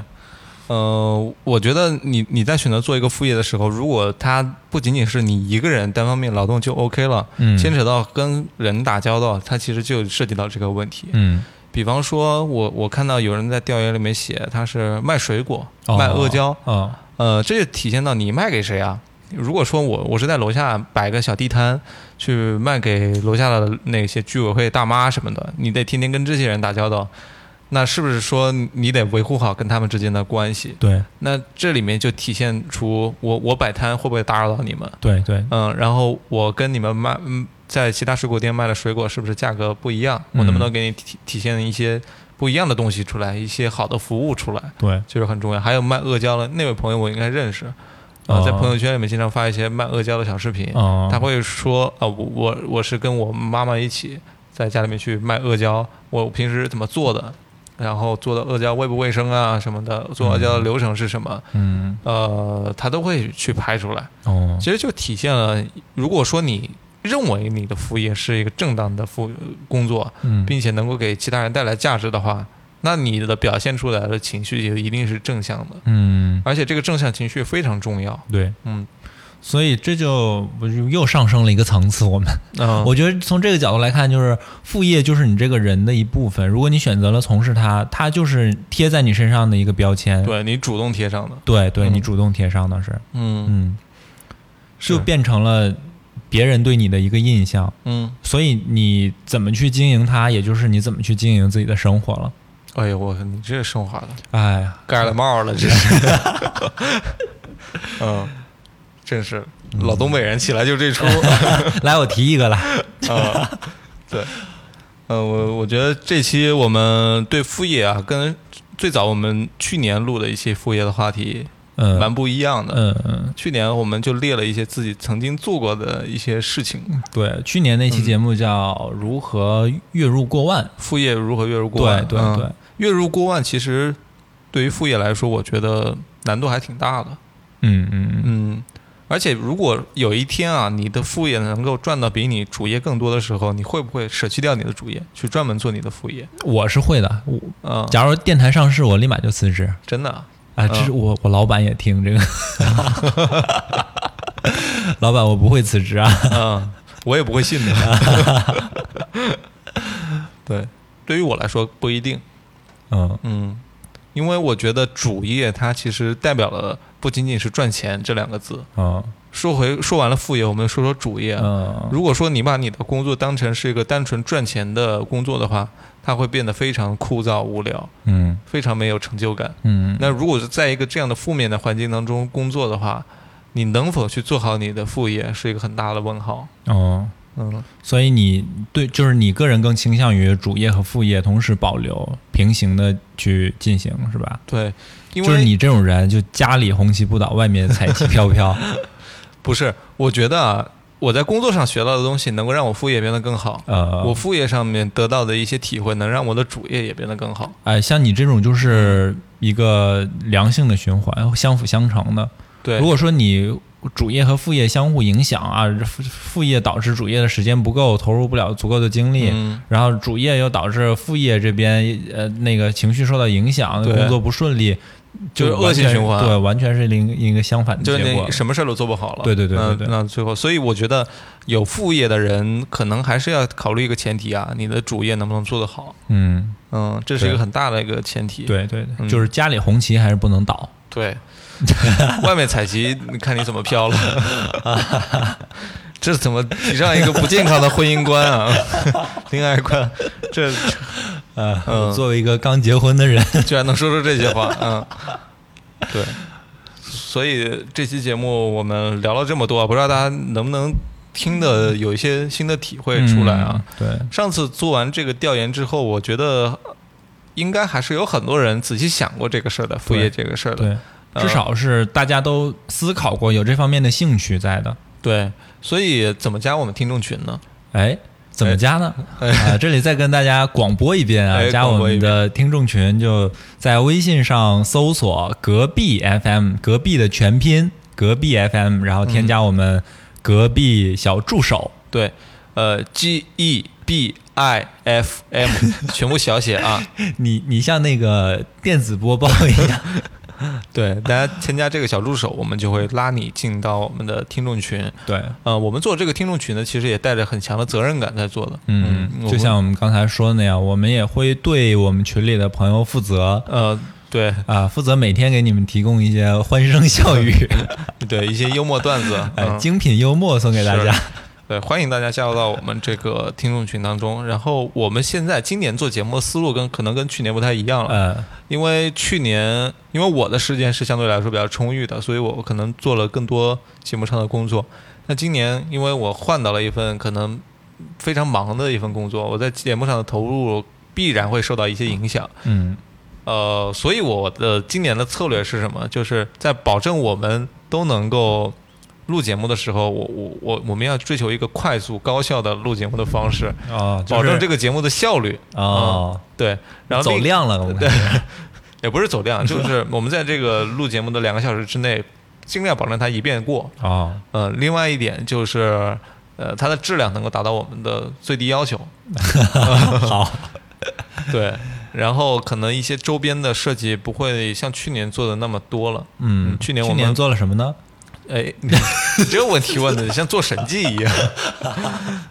[SPEAKER 1] 呃，我觉得你你在选择做一个副业的时候，如果它不仅仅是你一个人单方面劳动就 OK 了，
[SPEAKER 2] 嗯，
[SPEAKER 1] 牵扯到跟人打交道，它其实就涉及到这个问题。
[SPEAKER 2] 嗯
[SPEAKER 1] 比方说，我我看到有人在调研里面写，他是卖水果、
[SPEAKER 2] 哦
[SPEAKER 1] 卖阿胶，
[SPEAKER 2] 哦
[SPEAKER 1] 呃，这就体现到你卖给谁啊？如果说我我是在楼下摆个小地摊，去卖给楼下的那些居委会大妈什么的，你得天天跟这些人打交道，那是不是说你得维护好跟他们之间的关系？
[SPEAKER 2] 对
[SPEAKER 1] 那这里面就体现出我我摆摊会不会打扰到你们？
[SPEAKER 2] 对对，
[SPEAKER 1] 嗯，然后我跟你们卖，嗯，在其他水果店卖的水果是不是价格不一样？我能不能给你体体现一些不一样的东西出来，一些好的服务出来，
[SPEAKER 2] 对，
[SPEAKER 1] 这是很重要。还有卖阿胶的那位朋友，我应该认识，啊、在朋友圈里面经常发一些卖阿胶的小视频，
[SPEAKER 2] 哦，
[SPEAKER 1] 他会说啊、我我我是跟我妈妈一起在家里面去卖阿胶，我平时怎么做的，然后做的阿胶卫不卫生啊什么的，做阿胶的流程是什么，
[SPEAKER 2] 嗯
[SPEAKER 1] 呃，他都会去拍出来。
[SPEAKER 2] 哦，
[SPEAKER 1] 其实就体现了，如果说你认为你的副业是一个正当的副工作，
[SPEAKER 2] 嗯
[SPEAKER 1] 并且能够给其他人带来价值的话，那你的表现出来的情绪也一定是正向的，
[SPEAKER 2] 嗯
[SPEAKER 1] 而且这个正向情绪非常重要。
[SPEAKER 2] 对，
[SPEAKER 1] 嗯
[SPEAKER 2] 所以这就我就又上升了一个层次，我们。
[SPEAKER 1] 嗯
[SPEAKER 2] 我觉得从这个角度来看，就是副业就是你这个人的一部分。如果你选择了从事它，它就是贴在你身上的一个标签。
[SPEAKER 1] 对你主动贴上的，
[SPEAKER 2] 对对
[SPEAKER 1] 嗯
[SPEAKER 2] 你主动贴上的是，
[SPEAKER 1] 嗯
[SPEAKER 2] 嗯，
[SPEAKER 1] 是
[SPEAKER 2] 就变成了别人对你的一个印象。
[SPEAKER 1] 嗯，
[SPEAKER 2] 所以你怎么去经营它，也就是你怎么去经营自己的生活了。
[SPEAKER 1] 哎呦我靠，你这升华了，
[SPEAKER 2] 哎呀，
[SPEAKER 1] 盖了帽了，这是，嗯，真是老东北人起来就这出。
[SPEAKER 2] 来，我提一个来。
[SPEAKER 1] 啊，对，呃，我我觉得这期我们对副业啊，跟最早我们去年录的一些副业的话题
[SPEAKER 2] 嗯
[SPEAKER 1] 蛮不一样的。
[SPEAKER 2] 嗯嗯，
[SPEAKER 1] 去年我们就列了一些自己曾经做过的一些事情，
[SPEAKER 2] 对，去年那期节目叫《如何月入过万》。
[SPEAKER 1] 副业如何月入过万？
[SPEAKER 2] 对对
[SPEAKER 1] 嗯
[SPEAKER 2] 对，
[SPEAKER 1] 月入过万其实对于副业来说，我觉得难度还挺大的。
[SPEAKER 2] 嗯嗯嗯，
[SPEAKER 1] 嗯，而且如果有一天啊，你的副业能够赚到比你主业更多的时候，你会不会舍弃掉你的主业，去专门做你的副业？
[SPEAKER 2] 我是会的。我
[SPEAKER 1] 嗯，
[SPEAKER 2] 假如电台上市，我立马就辞职。
[SPEAKER 1] 真的啊，
[SPEAKER 2] 啊，这是我我老板也听这个， 老板我不会辞职啊。
[SPEAKER 1] 嗯，我也不会信 的。对，对于我来说不一定，
[SPEAKER 2] 嗯
[SPEAKER 1] 嗯，因为我觉得主业它其实代表了不仅仅是赚钱这两个字。
[SPEAKER 2] 嗯
[SPEAKER 1] 说回说完了副业，我们说说主业。
[SPEAKER 2] 嗯
[SPEAKER 1] 如果说你把你的工作当成是一个单纯赚钱的工作的话，它会变得非常枯燥无聊，
[SPEAKER 2] 嗯
[SPEAKER 1] 非常没有成就感。
[SPEAKER 2] 嗯，
[SPEAKER 1] 那如果是在一个这样的负面的环境当中工作的话，你能否去做好你的副业，是一个很大的问号。
[SPEAKER 2] 哦，
[SPEAKER 1] 嗯，
[SPEAKER 2] 所以你对就是你个人更倾向于主业和副业同时保留，平行的去进行是吧？
[SPEAKER 1] 对，因为
[SPEAKER 2] 就是你这种人，就家里红旗不倒，外面彩旗飘 飘。
[SPEAKER 1] 不是，我觉得啊，我在工作上学到的东西能够让我副业变得更好，
[SPEAKER 2] 呃，
[SPEAKER 1] 我副业上面得到的一些体会能让我的主业也变得更好。
[SPEAKER 2] 哎，像你这种就是一个良性的循环，相辅相成的。
[SPEAKER 1] 对，
[SPEAKER 2] 如果说你主业和副业相互影响啊，副副业导致主业的时间不够，投入不了足够的精力，
[SPEAKER 1] 嗯
[SPEAKER 2] 然后主业又导致副业这边呃那个情绪受到影响，
[SPEAKER 1] 对
[SPEAKER 2] 工作不顺利，
[SPEAKER 1] 就是
[SPEAKER 2] 完全
[SPEAKER 1] 恶性循环
[SPEAKER 2] 对，完全是另一个相反的
[SPEAKER 1] 就是
[SPEAKER 2] 结果
[SPEAKER 1] 你。什么事儿都做不好了。
[SPEAKER 2] 对对对对
[SPEAKER 1] 嗯
[SPEAKER 2] 对
[SPEAKER 1] 那最后，所以我觉得有副业的人，可能还是要考虑一个前提啊，你的主业能不能做得好。
[SPEAKER 2] 嗯，
[SPEAKER 1] 嗯，这是一个
[SPEAKER 2] 对
[SPEAKER 1] 很大的一个前提。
[SPEAKER 2] 对对对，
[SPEAKER 1] 嗯
[SPEAKER 2] 就是家里红旗还是不能倒。
[SPEAKER 1] 对， 外面彩旗，你看你怎么飘了。 这怎么提倡一个不健康的婚姻观啊？ 恋爱观，这
[SPEAKER 2] 呃，
[SPEAKER 1] 嗯
[SPEAKER 2] 作为一个刚结婚的人，
[SPEAKER 1] 居然能说出这些话，嗯，对。所以这期节目我们聊了这么多，不知道大家能不能听的有一些新的体会出来啊？
[SPEAKER 2] 嗯
[SPEAKER 1] 上次做完这个调研之后，我觉得应该还是有很多人仔细想过这个事儿的，副业这个事儿
[SPEAKER 2] 对
[SPEAKER 1] 的。
[SPEAKER 2] 对，至少是大家都思考过，有这方面的兴趣在的。
[SPEAKER 1] 对，所以怎么加我们听众群呢？
[SPEAKER 2] 哎，怎么加呢？啊，这里再跟大家广播一遍啊，
[SPEAKER 1] 哎
[SPEAKER 2] 加我们的听众群，就在微信上搜索“隔壁 FM”，隔壁的全拼“隔壁 FM”，然后添加我们隔壁小助手。
[SPEAKER 1] 对，呃，G E B I F M 全部小写啊。
[SPEAKER 2] 你你像那个电子播报一样，
[SPEAKER 1] 对，大家添加这个小助手，我们就会拉你进到我们的听众群。
[SPEAKER 2] 对，
[SPEAKER 1] 呃，我们做这个听众群呢，其实也带着很强的责任感在做的。
[SPEAKER 2] 嗯，
[SPEAKER 1] 我
[SPEAKER 2] 就
[SPEAKER 1] 们
[SPEAKER 2] 像我们刚才说的那样，我们也会对我们群里的朋友负责。
[SPEAKER 1] 呃，对
[SPEAKER 2] 啊，负责每天给你们提供一些欢声笑 语，
[SPEAKER 1] 嗯对，一些幽默段子，
[SPEAKER 2] 哎，
[SPEAKER 1] 嗯
[SPEAKER 2] 精品幽默送给大家
[SPEAKER 1] 是。对，欢迎大家加入到我们这个听众群当中。然后我们现在今年做节目的思路跟可能跟去年不太一样了，
[SPEAKER 2] 呃，
[SPEAKER 1] 因为去年因为我的时间是相对来说比较充裕的，所以我可能做了更多节目上的工作。那今年因为我换到了一份可能非常忙的一份工作，我在节目上的投入必然会受到一些影响。
[SPEAKER 2] 嗯，
[SPEAKER 1] 呃，所以我的今年的策略是什么？就是在保证我们都能够录节目的时候，我我我我们要追求一个快速高效的录节目的方式，
[SPEAKER 2] 哦，
[SPEAKER 1] 保证这
[SPEAKER 2] 个
[SPEAKER 1] 个节目的效率。嗯
[SPEAKER 2] 哦，
[SPEAKER 1] 对，然后
[SPEAKER 2] 走
[SPEAKER 1] 另
[SPEAKER 2] 量了，我们
[SPEAKER 1] 对，也不是走量，就是我们在这个录节目的两个小时之内，尽量保证它一遍过。
[SPEAKER 2] 哦，
[SPEAKER 1] 呃，另外一点就是，呃，它的质量能够达到我们的最低要求。
[SPEAKER 2] 好，
[SPEAKER 1] 对，然后可能一些周边的设计不会像去年做的那么多了。
[SPEAKER 2] 嗯，
[SPEAKER 1] 去年我们
[SPEAKER 2] 做了什么呢？
[SPEAKER 1] 哎， 你这个问题问的像做审计一 样。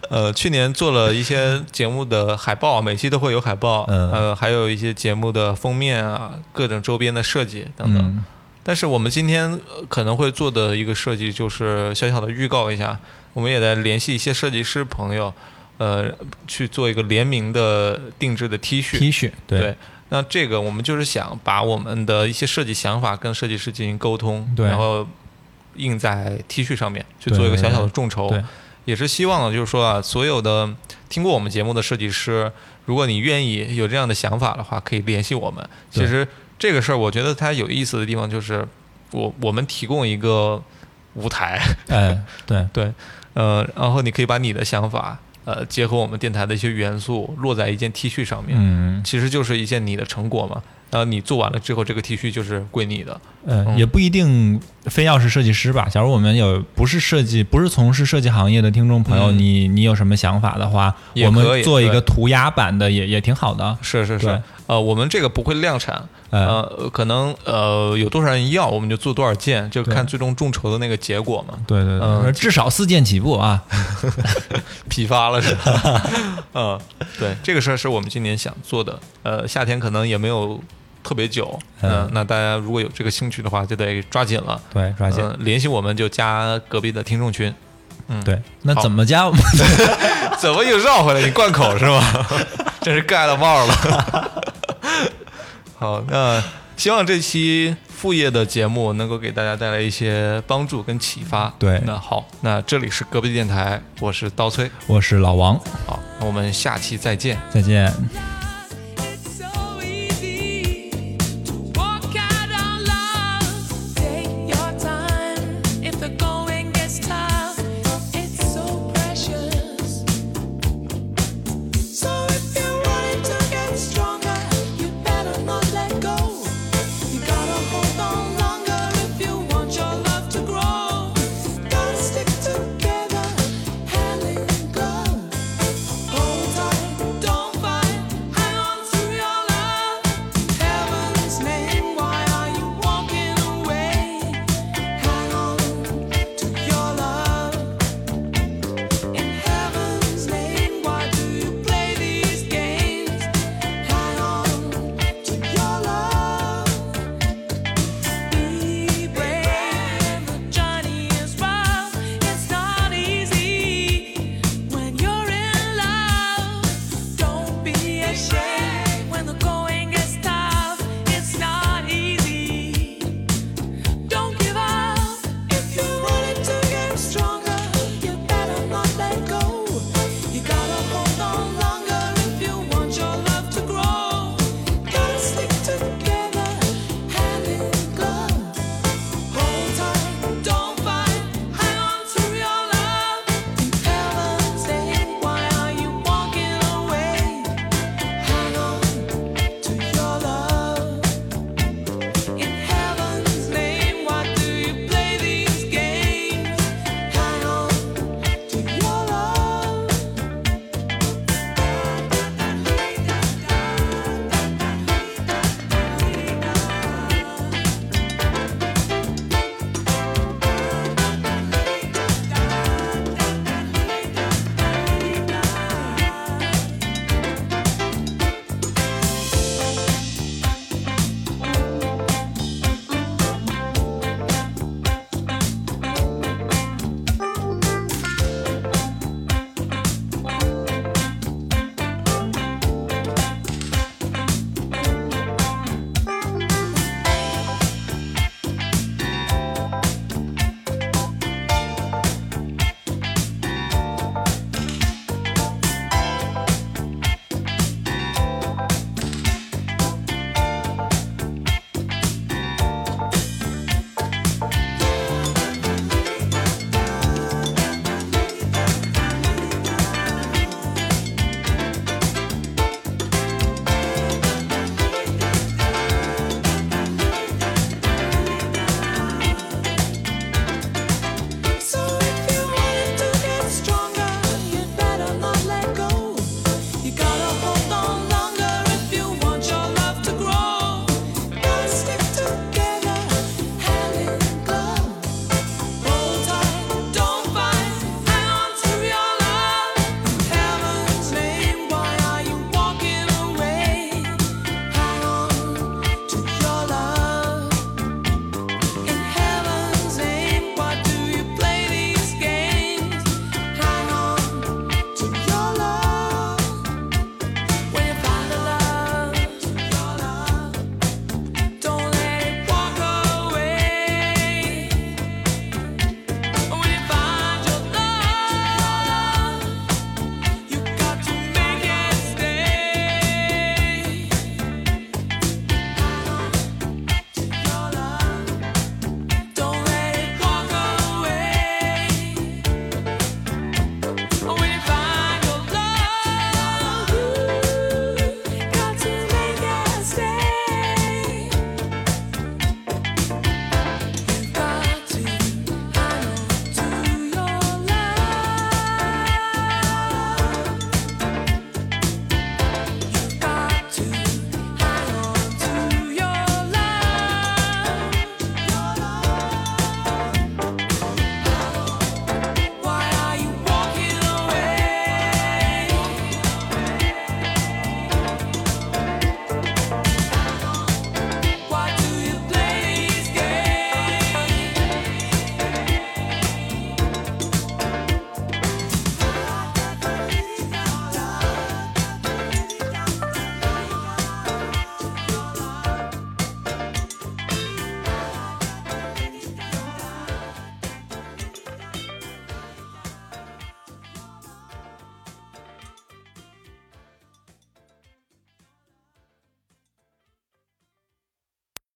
[SPEAKER 1] 呃，去年做了一些节目的海报，每期都会有海报，
[SPEAKER 2] 嗯
[SPEAKER 1] 呃，还有一些节目的封面啊，各种周边的设计等等。
[SPEAKER 2] 嗯，
[SPEAKER 1] 但是我们今天呃可能会做的一个设计，就是小小的预告一下，我们也在联系一些设计师朋友，呃，去做一个联名的定制的 T 恤。
[SPEAKER 2] ，T 恤，
[SPEAKER 1] 对，那这个我们就是想把我们的一些设计想法跟设计师进行沟通，
[SPEAKER 2] 对
[SPEAKER 1] 然后印在 T 恤上面去
[SPEAKER 2] 对
[SPEAKER 1] 做一个小小的众筹，
[SPEAKER 2] 对
[SPEAKER 1] 也是希望就是说啊，所有的听过我们节目的设计师，如果你愿意有这样的想法的话，可以联系我们。
[SPEAKER 2] 对
[SPEAKER 1] 其实这个事儿，我觉得它有意思的地方就是我我们提供一个舞台，
[SPEAKER 2] 哎， 对，
[SPEAKER 1] 对，呃，然后你可以把你的想法。呃，结合我们电台的一些元素，落在一件 T 恤上面。
[SPEAKER 2] 嗯，
[SPEAKER 1] 其实就是一件你的成果嘛。然后你做完了之后，这个 T 恤就是归你的。
[SPEAKER 2] 呃，
[SPEAKER 1] 嗯
[SPEAKER 2] 也不一定非要是设计师吧。假如我们有不是设计、不是从事设计行业的听众朋友，
[SPEAKER 1] 嗯
[SPEAKER 2] 你你有什么想法的话，
[SPEAKER 1] 也
[SPEAKER 2] 我
[SPEAKER 1] 可
[SPEAKER 2] 们
[SPEAKER 1] 以
[SPEAKER 2] 做一
[SPEAKER 1] 对
[SPEAKER 2] 个
[SPEAKER 1] 嗯
[SPEAKER 2] 涂鸦版的也也挺好的。
[SPEAKER 1] 是是
[SPEAKER 2] 对
[SPEAKER 1] 是，呃，我们这个不会量产，
[SPEAKER 2] 呃，
[SPEAKER 1] 呃，可能呃有多少人要，我们就做多少件，就
[SPEAKER 2] 对
[SPEAKER 1] 看最终众筹的那个结果嘛。
[SPEAKER 2] 对对对，
[SPEAKER 1] 嗯
[SPEAKER 2] 至少四件起步啊。
[SPEAKER 1] 批发了是吧？ 嗯，对，这个事儿是我们今年想做的。呃，夏天可能也没有特别久，
[SPEAKER 2] 嗯
[SPEAKER 1] 嗯，那大家如果有这个兴趣的话，就得抓紧了。
[SPEAKER 2] 对，抓紧。
[SPEAKER 1] 嗯，联系我们就加隔壁的听众群。
[SPEAKER 2] 对，那
[SPEAKER 1] 嗯好
[SPEAKER 2] 怎么加？
[SPEAKER 1] 怎么又绕回来？你灌口是吗？ 真是盖了帽了。 好，那希望这期副业的节目能够给大家带来一些帮助跟启发。
[SPEAKER 2] 对
[SPEAKER 1] 那好，那这里是隔壁电台，我是刀崔。
[SPEAKER 2] 我是老王，
[SPEAKER 1] 好，那我们下期再见。
[SPEAKER 2] 再见。
[SPEAKER 3] La